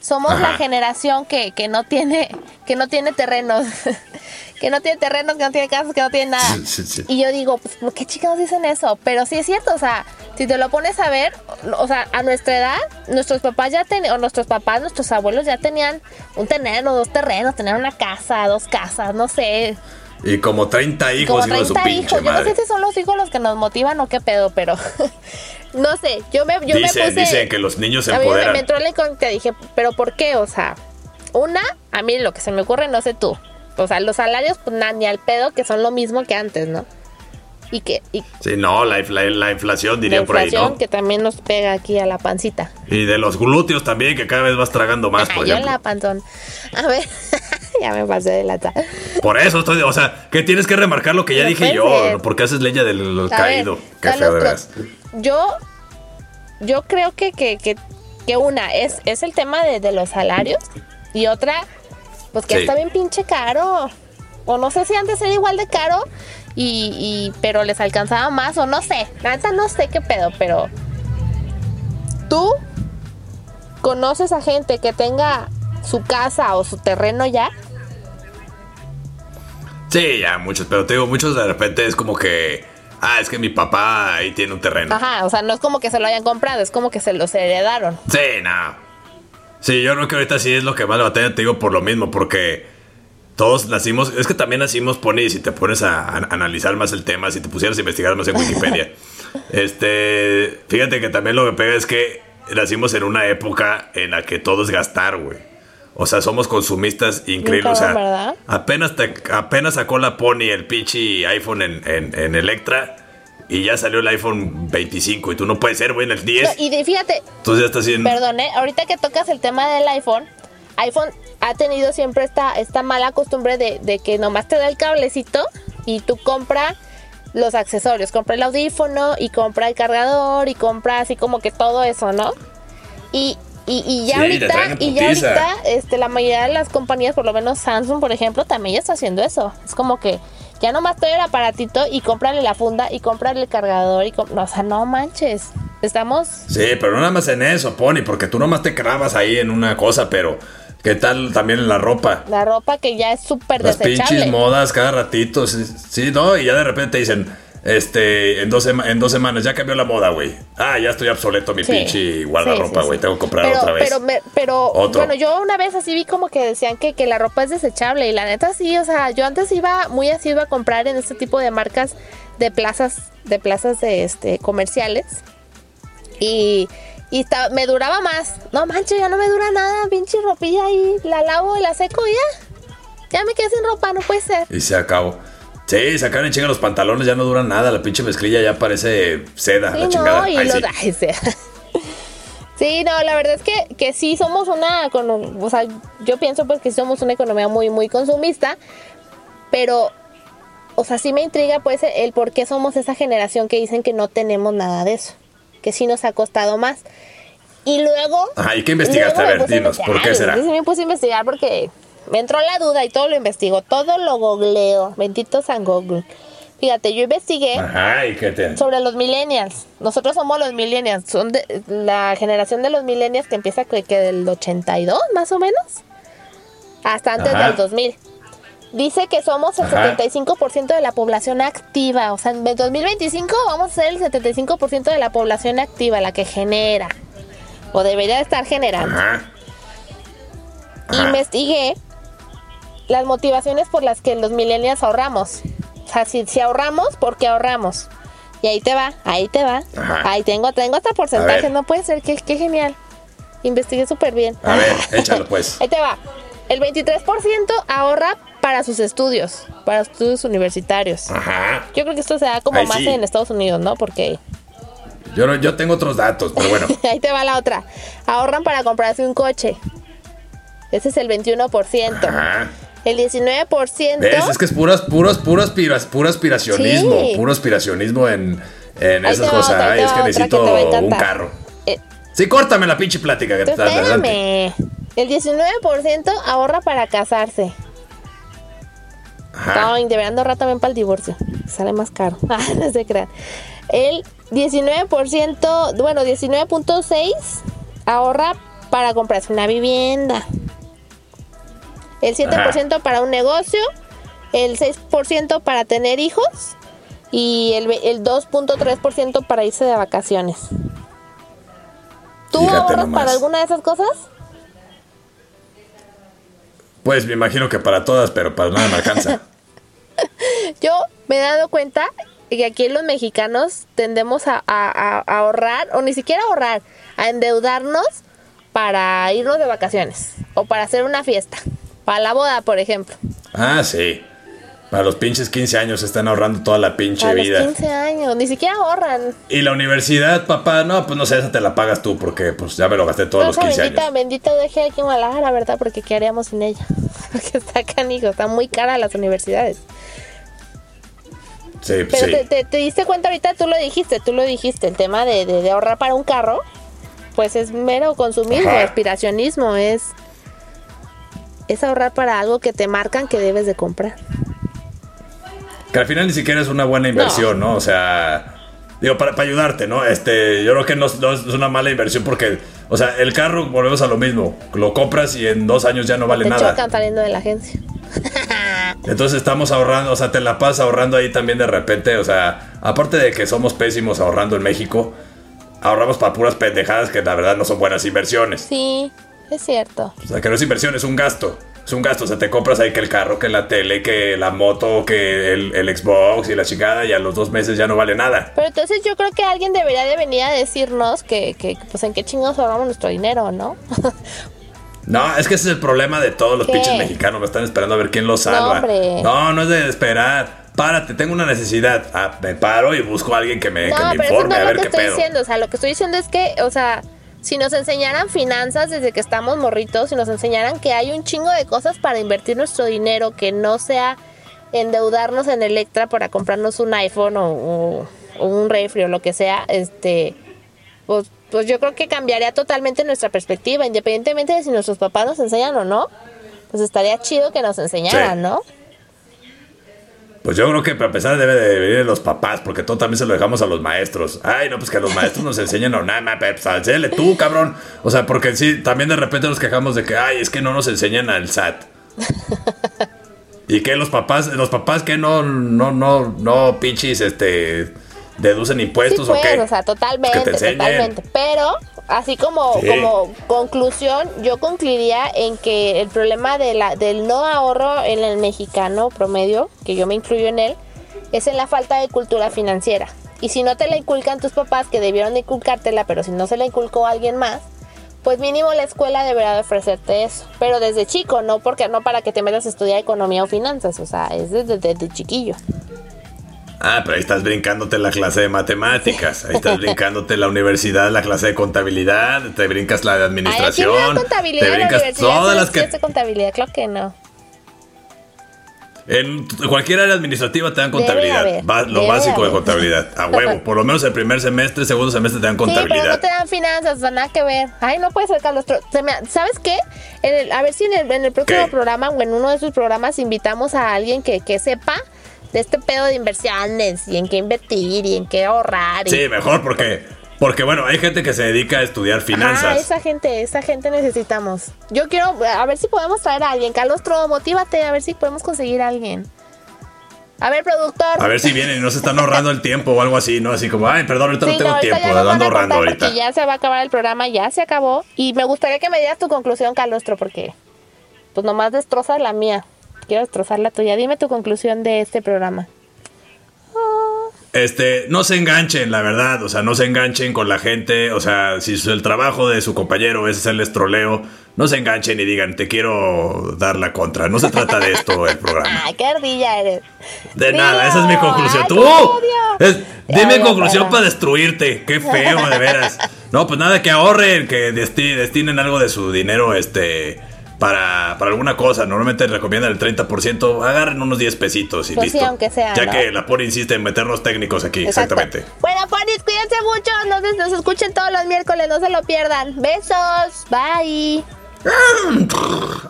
[SPEAKER 2] somos
[SPEAKER 3] Ajá.
[SPEAKER 2] la generación que, que no tiene que no tiene terrenos, que no tiene terrenos, que no tiene casas, que no tiene nada.
[SPEAKER 3] Sí, sí, sí.
[SPEAKER 2] Y yo digo, pues, ¿por qué chicos dicen eso? Pero sí es cierto, o sea, si te lo pones a ver, o sea, a nuestra edad, nuestros papás ya tenían, o nuestros papás, nuestros abuelos ya tenían un terreno, dos terrenos, tenían una casa, dos casas, no sé,
[SPEAKER 3] y como 30 hijos, hijo de su pinche
[SPEAKER 2] hijos. Yo no
[SPEAKER 3] madre.
[SPEAKER 2] sé si son los hijos los que nos motivan o qué pedo, pero no sé. Yo me, yo
[SPEAKER 3] dicen,
[SPEAKER 2] me puse.
[SPEAKER 3] dicen que los niños se
[SPEAKER 2] a mí me, me
[SPEAKER 3] empoderan.
[SPEAKER 2] entró la incógnita. Dije, ¿pero por qué? O sea, una, a mí lo que se me ocurre, no sé tú. O sea, los salarios, pues nada, ni al pedo, que son lo mismo que antes, ¿no? Y que. Y
[SPEAKER 3] Sí, no, la, infla- la inflación
[SPEAKER 2] la
[SPEAKER 3] diría por ahí,
[SPEAKER 2] inflación
[SPEAKER 3] ¿no?
[SPEAKER 2] que también nos pega aquí a la pancita.
[SPEAKER 3] Y de los glúteos también, que cada vez vas tragando más, por
[SPEAKER 2] Ah, yo en
[SPEAKER 3] ejemplo.
[SPEAKER 2] la panzón. A ver, ya me pasé de lata.
[SPEAKER 3] Por eso estoy, o sea, que tienes que remarcar lo que ya
[SPEAKER 2] No
[SPEAKER 3] dije
[SPEAKER 2] puede
[SPEAKER 3] yo,
[SPEAKER 2] ser.
[SPEAKER 3] porque haces leña del
[SPEAKER 2] A ver,
[SPEAKER 3] Pues caído. Qué
[SPEAKER 2] Carlos
[SPEAKER 3] feo de
[SPEAKER 2] Tro-
[SPEAKER 3] veras.
[SPEAKER 2] Yo, yo creo que, que, que- que una es, es el tema de, de los salarios y otra, pues que
[SPEAKER 3] Sí.
[SPEAKER 2] está bien pinche caro. O no sé si antes era igual de caro, y, y- pero les alcanzaba más, o no sé. La neta no sé qué pedo, pero tú conoces a gente que tenga su casa o su terreno ya.
[SPEAKER 3] Sí, ya muchos, pero te digo, muchos de repente es como que, ah, es que mi papá ahí tiene un terreno.
[SPEAKER 2] Ajá, o sea, no es como que se lo hayan comprado, es como que se los heredaron.
[SPEAKER 3] Sí, no. Sí, yo creo que ahorita sí es lo que más la batalla, te digo por lo mismo, porque todos nacimos, es que también nacimos, pone, y si te pones a, a analizar más el tema, si te pusieras a investigar más en Wikipedia, este, fíjate que también lo que pega es que nacimos en una época en la que todo es gastar, güey. O sea, somos consumistas increíbles. O sea,
[SPEAKER 2] cabrón, ¿verdad?
[SPEAKER 3] apenas, te- apenas sacó la Pony el pinche iPhone en, en, en Electra y ya salió el iPhone 25 y tú no puedes ser, güey, en el 10.
[SPEAKER 2] Y de- fíjate,
[SPEAKER 3] Entonces ya estás haciendo...
[SPEAKER 2] Perdón, ¿eh? ahorita que tocas el tema del iPhone, iPhone ha tenido siempre esta, esta mala costumbre de, de que nomás te da el cablecito y tú compra los accesorios, compra el audífono y compra el cargador y compra así como que todo eso, ¿no? Y, Y, y ya
[SPEAKER 3] Sí,
[SPEAKER 2] ahorita,
[SPEAKER 3] te traen
[SPEAKER 2] y ya
[SPEAKER 3] putiza.
[SPEAKER 2] ahorita, este, la mayoría de las compañías, por lo menos Samsung, por ejemplo, también ya está haciendo eso. Es como que ya nomás trae el aparatito y cómprale la funda y cómprale el cargador y com- no, o sea, no manches. Estamos
[SPEAKER 3] Sí, pero no nada más en eso, Pony, porque tú nomás te clavas ahí en una cosa, pero ¿qué tal también en la ropa?
[SPEAKER 2] la ropa que ya es súper
[SPEAKER 3] Las pinches
[SPEAKER 2] desechable.
[SPEAKER 3] modas cada ratito, sí, sí, ¿no? Y ya de repente te dicen, este, en dos, sema- en dos semanas ya cambió la moda, güey. Ah, ya estoy obsoleto mi
[SPEAKER 2] Sí.
[SPEAKER 3] pinche
[SPEAKER 2] Sí, sí,
[SPEAKER 3] guardarropa,
[SPEAKER 2] sí.
[SPEAKER 3] güey. Tengo que comprar
[SPEAKER 2] pero,
[SPEAKER 3] otra vez.
[SPEAKER 2] Pero, me- pero
[SPEAKER 3] Otro.
[SPEAKER 2] bueno, yo una vez así vi como que decían que, que la ropa es desechable y la neta sí, o sea, yo antes iba muy asiduo a comprar en este tipo de marcas de plazas, de plazas de este comerciales y, y esta- me duraba más. No manches, ya no me dura nada, pinche ropilla ahí, la lavo y la seco y ya. Ya me quedé sin ropa, no puede ser.
[SPEAKER 3] Y se acabó. Sí, sacaron en chinga los pantalones, ya no duran nada. La pinche mezclilla ya parece seda,
[SPEAKER 2] Sí,
[SPEAKER 3] la
[SPEAKER 2] no,
[SPEAKER 3] chingada.
[SPEAKER 2] y
[SPEAKER 3] Ay,
[SPEAKER 2] los-
[SPEAKER 3] sí.
[SPEAKER 2] ay, sí. Sí, no, la verdad es que, que sí somos una, econo- o sea, yo pienso pues que somos una economía muy, muy consumista, pero, o sea, sí me intriga pues el, el por qué somos esa generación que dicen que no tenemos nada de eso, que sí nos ha costado más. Y luego...
[SPEAKER 3] Ajá, ¿y qué investigaste?
[SPEAKER 2] luego
[SPEAKER 3] A
[SPEAKER 2] me
[SPEAKER 3] ver,
[SPEAKER 2] puse
[SPEAKER 3] dinos, ¿por qué
[SPEAKER 2] investigar,
[SPEAKER 3] será?
[SPEAKER 2] entonces Sí me puse a investigar porque me entró la duda y todo lo investigo, todo lo googleo, bendito San Google. Fíjate, yo investigué
[SPEAKER 3] Ajá, ¿y qué te...?
[SPEAKER 2] sobre los millennials. Nosotros somos los millennials. Son de- la generación de los millennials que empieza que, que del 82, más o menos. Hasta antes
[SPEAKER 3] Ajá.
[SPEAKER 2] del 2000. Dice que somos el
[SPEAKER 3] Ajá.
[SPEAKER 2] 75% de la población activa. O sea, en el 2025 vamos a ser el 75% de la población activa, la que genera. O debería de estar generando
[SPEAKER 3] Ajá. Ajá.
[SPEAKER 2] investigué las motivaciones por las que los millennials ahorramos. O sea, si, si ahorramos, ¿por qué ahorramos? Y ahí te va, ahí te va.
[SPEAKER 3] Ajá.
[SPEAKER 2] Ahí tengo, tengo hasta
[SPEAKER 3] A
[SPEAKER 2] porcentaje,
[SPEAKER 3] ver.
[SPEAKER 2] no puede ser, qué, qué genial. Investigué súper bien.
[SPEAKER 3] A ver, échalo, pues.
[SPEAKER 2] Ahí te va. El 23% ahorra para sus estudios, para estudios universitarios.
[SPEAKER 3] Ajá.
[SPEAKER 2] Yo creo que esto se da como
[SPEAKER 3] Ah. Ahí
[SPEAKER 2] más
[SPEAKER 3] sí.
[SPEAKER 2] en Estados Unidos, ¿no? Porque
[SPEAKER 3] Yo, no- yo tengo otros datos, pero bueno.
[SPEAKER 2] ahí te va la otra. Ahorran para comprarse un coche. Ese es el 21%.
[SPEAKER 3] Ajá.
[SPEAKER 2] El 19%.
[SPEAKER 3] ¿Ves? Es que es puras, puras, puras, piras, puro aspiracionismo.
[SPEAKER 2] Sí.
[SPEAKER 3] Puro aspiracionismo en, en
[SPEAKER 2] Ahí
[SPEAKER 3] esas
[SPEAKER 2] te va
[SPEAKER 3] cosas.
[SPEAKER 2] otra, ahí te
[SPEAKER 3] Ay, es
[SPEAKER 2] va
[SPEAKER 3] que
[SPEAKER 2] otra
[SPEAKER 3] necesito
[SPEAKER 2] te va a encantar.
[SPEAKER 3] un carro.
[SPEAKER 2] Eh,
[SPEAKER 3] Sí, córtame la pinche plática que te estás adelante.
[SPEAKER 2] espérame. El 19% ahorra para casarse.
[SPEAKER 3] Ajá.
[SPEAKER 2] No, y deberán ahorrar también para el divorcio. Sale más caro. Ah, no se crean. El 19%, bueno, 19.6 ahorra para comprarse una vivienda. El 7% para un negocio. El 6% para tener hijos. Y el, ve- el 2.3% para irse de vacaciones. ¿Tú
[SPEAKER 3] Fíjate
[SPEAKER 2] ahorras
[SPEAKER 3] nomás.
[SPEAKER 2] para alguna de esas cosas?
[SPEAKER 3] Pues me imagino que para todas, pero para nada me alcanza.
[SPEAKER 2] Yo me he dado cuenta que aquí los mexicanos tendemos a, a- a- a ahorrar, o ni siquiera ahorrar, a endeudarnos para irnos de vacaciones o para hacer una fiesta, para la boda, por ejemplo.
[SPEAKER 3] Ah, sí. Para los pinches 15 años están ahorrando toda la pinche
[SPEAKER 2] Para
[SPEAKER 3] vida.
[SPEAKER 2] los 15 años, ni siquiera ahorran.
[SPEAKER 3] Y la universidad, papá, no, pues no sé, esa te la pagas tú porque pues ya me lo gasté todos
[SPEAKER 2] No,
[SPEAKER 3] los
[SPEAKER 2] esa
[SPEAKER 3] 15
[SPEAKER 2] bendita,
[SPEAKER 3] años.
[SPEAKER 2] bendita deje aquí en Guadalajara, ¿verdad? Porque ¿qué haríamos sin ella? Porque está canijo, están muy caras las universidades.
[SPEAKER 3] Sí, pues,
[SPEAKER 2] Pero
[SPEAKER 3] sí.
[SPEAKER 2] te, te- te diste cuenta ahorita, tú lo dijiste, tú lo dijiste, el tema de, de- de ahorrar para un carro, pues es mero consumismo,
[SPEAKER 3] Ajá.
[SPEAKER 2] aspiracionismo, es, es ahorrar para algo que te marcan que debes de comprar.
[SPEAKER 3] Que al final ni siquiera es una buena inversión, ¿no? O sea, digo, para, para ayudarte, ¿no? Este, yo creo que no, es- no es una mala inversión porque, o sea, el carro, volvemos a lo mismo, lo compras y en dos años ya no vale
[SPEAKER 2] te
[SPEAKER 3] nada.
[SPEAKER 2] chocan saliendo de la agencia.
[SPEAKER 3] Entonces estamos ahorrando, o sea, te la pasas ahorrando ahí también de repente, o sea, aparte de que somos pésimos ahorrando en México, ahorramos para puras pendejadas que la verdad no son buenas inversiones.
[SPEAKER 2] Sí, es cierto.
[SPEAKER 3] O sea, que no es inversión, es un gasto. Es un gasto, o sea, te compras ahí que el carro, que la tele, que la moto, que el, el Xbox y la chingada y a los dos meses ya no vale nada.
[SPEAKER 2] Pero entonces yo creo que alguien debería de venir a decirnos que, que pues en qué chingados ahorramos nuestro dinero, ¿no?
[SPEAKER 3] No, es que ese es el problema de todos los
[SPEAKER 2] ¿Qué?
[SPEAKER 3] pinches mexicanos. Me están esperando a ver quién los salva.
[SPEAKER 2] hombre.
[SPEAKER 3] No, no es de esperar. Párate, tengo una necesidad. Ah, me paro y busco a alguien que me, que
[SPEAKER 2] No,
[SPEAKER 3] me
[SPEAKER 2] pero eso
[SPEAKER 3] informe
[SPEAKER 2] no
[SPEAKER 3] a
[SPEAKER 2] es lo
[SPEAKER 3] ver
[SPEAKER 2] que
[SPEAKER 3] qué
[SPEAKER 2] estoy
[SPEAKER 3] pedo.
[SPEAKER 2] diciendo. O sea, lo que estoy diciendo es que, o sea, si nos enseñaran finanzas desde que estamos morritos, si nos enseñaran que hay un chingo de cosas para invertir nuestro dinero, que no sea endeudarnos en Electra para comprarnos un iPhone o, o- o un refri o lo que sea, este. pues, pues yo creo que cambiaría totalmente nuestra perspectiva, independientemente de si nuestros papás nos enseñan o no. Pues estaría chido que nos enseñaran,
[SPEAKER 3] Sí.
[SPEAKER 2] ¿no?
[SPEAKER 3] Pues yo creo que para empezar debe de venir de los papás, porque todo también se lo dejamos a los maestros. Ay, no, pues que los maestros nos enseñen o nada, ma, pero pues enséñale tú, cabrón. O sea, porque sí, también de repente nos quejamos de que, ay, es que no nos enseñan al SAT. y que los papás, los papás que no, no, no, no, pinches, este, deducen
[SPEAKER 2] Sí,
[SPEAKER 3] impuestos
[SPEAKER 2] pues,
[SPEAKER 3] o qué.
[SPEAKER 2] o sea, totalmente,
[SPEAKER 3] Que te enseñen.
[SPEAKER 2] totalmente. Pero, así como,
[SPEAKER 3] Sí.
[SPEAKER 2] como conclusión, yo concluiría en que el problema de la, del no ahorro en el mexicano promedio, que yo me incluyo en él, es en la falta de cultura financiera. Y si no te la inculcan tus papás, que debieron de inculcártela, pero si no se la inculcó alguien más, pues mínimo la escuela deberá de ofrecerte eso. Pero desde chico, no porque no para que te metas a estudiar economía o finanzas, o sea, es desde, desde chiquillo.
[SPEAKER 3] Ah, pero ahí estás brincándote la clase de matemáticas, ahí estás brincándote la universidad, la clase de contabilidad, te brincas la de
[SPEAKER 2] Ay, aquí no
[SPEAKER 3] administración,
[SPEAKER 2] hay contabilidad
[SPEAKER 3] te
[SPEAKER 2] en la
[SPEAKER 3] brincas
[SPEAKER 2] universidad,
[SPEAKER 3] todas
[SPEAKER 2] ¿sabes
[SPEAKER 3] las
[SPEAKER 2] qué
[SPEAKER 3] que
[SPEAKER 2] es de contabilidad, claro que no.
[SPEAKER 3] En t- cualquier área administrativa te dan
[SPEAKER 2] Debe
[SPEAKER 3] contabilidad.
[SPEAKER 2] haber,
[SPEAKER 3] Va- lo
[SPEAKER 2] debe
[SPEAKER 3] básico de
[SPEAKER 2] haber.
[SPEAKER 3] contabilidad. A huevo. Por lo menos el primer semestre, segundo semestre te dan
[SPEAKER 2] Sí, pero no
[SPEAKER 3] contabilidad.
[SPEAKER 2] te dan finanzas, van nada que ver. Ay, no puede ser Carlos. Tro- se me- ¿Sabes qué? En el- a ver si en el, en el próximo
[SPEAKER 3] ¿Qué?
[SPEAKER 2] programa o en uno de sus programas invitamos a alguien que, que sepa de este pedo de inversiones y en qué invertir y en qué ahorrar. y-
[SPEAKER 3] Sí, mejor porque. Porque bueno, hay gente que se dedica a estudiar
[SPEAKER 2] Ajá,
[SPEAKER 3] finanzas.
[SPEAKER 2] esa gente, esa gente necesitamos. Yo quiero, a ver si podemos traer a alguien. Carlos Tro, motívate, a ver si podemos conseguir a alguien. A ver, productor.
[SPEAKER 3] a ver si vienen y no se están ahorrando el tiempo o algo así, ¿no? Así como, ay, perdón, ahorita no
[SPEAKER 2] Sí,
[SPEAKER 3] tengo
[SPEAKER 2] ahorita
[SPEAKER 3] tiempo,
[SPEAKER 2] ya nos
[SPEAKER 3] ando
[SPEAKER 2] van a
[SPEAKER 3] ahorrando
[SPEAKER 2] cortar
[SPEAKER 3] ahorita.
[SPEAKER 2] Porque ya se va a acabar el programa, ya se acabó. Y me gustaría que me dieras tu conclusión, Calostro, porque pues nomás destrozas la mía. Quiero destrozar la tuya. Dime tu conclusión de este programa.
[SPEAKER 3] Este, no se enganchen, la verdad, o sea, no se enganchen con la gente, o sea, si su- el trabajo de su compañero es hacerles troleo, no se enganchen y digan, te quiero dar la contra. No se trata de esto el programa.
[SPEAKER 2] Ay, qué ardilla eres.
[SPEAKER 3] De
[SPEAKER 2] Río.
[SPEAKER 3] nada, esa es mi conclusión.
[SPEAKER 2] Ay,
[SPEAKER 3] ¡Tú!
[SPEAKER 2] cómo te odio.
[SPEAKER 3] Es-
[SPEAKER 2] Te
[SPEAKER 3] dime
[SPEAKER 2] odio,
[SPEAKER 3] conclusión
[SPEAKER 2] perra.
[SPEAKER 3] para destruirte. Qué feo, de veras. No, pues nada, que ahorren, que desti- destinen algo de su dinero este, para, para alguna cosa. Normalmente recomiendan el 30%. Agarren unos 10 pesitos y
[SPEAKER 2] Pues sí,
[SPEAKER 3] listo.
[SPEAKER 2] aunque sea,
[SPEAKER 3] ya
[SPEAKER 2] ¿no?
[SPEAKER 3] que la POR insiste en meternos técnicos aquí,
[SPEAKER 2] Exacto.
[SPEAKER 3] exactamente.
[SPEAKER 2] Bueno, ponis, cuídense mucho. Nos, nos escuchen todos los miércoles, no se lo pierdan. Besos. Bye.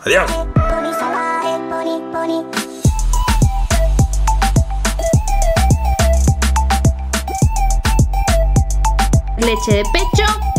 [SPEAKER 3] Adiós.
[SPEAKER 1] ポリサワーへポリポリ」
[SPEAKER 2] Leche de pecho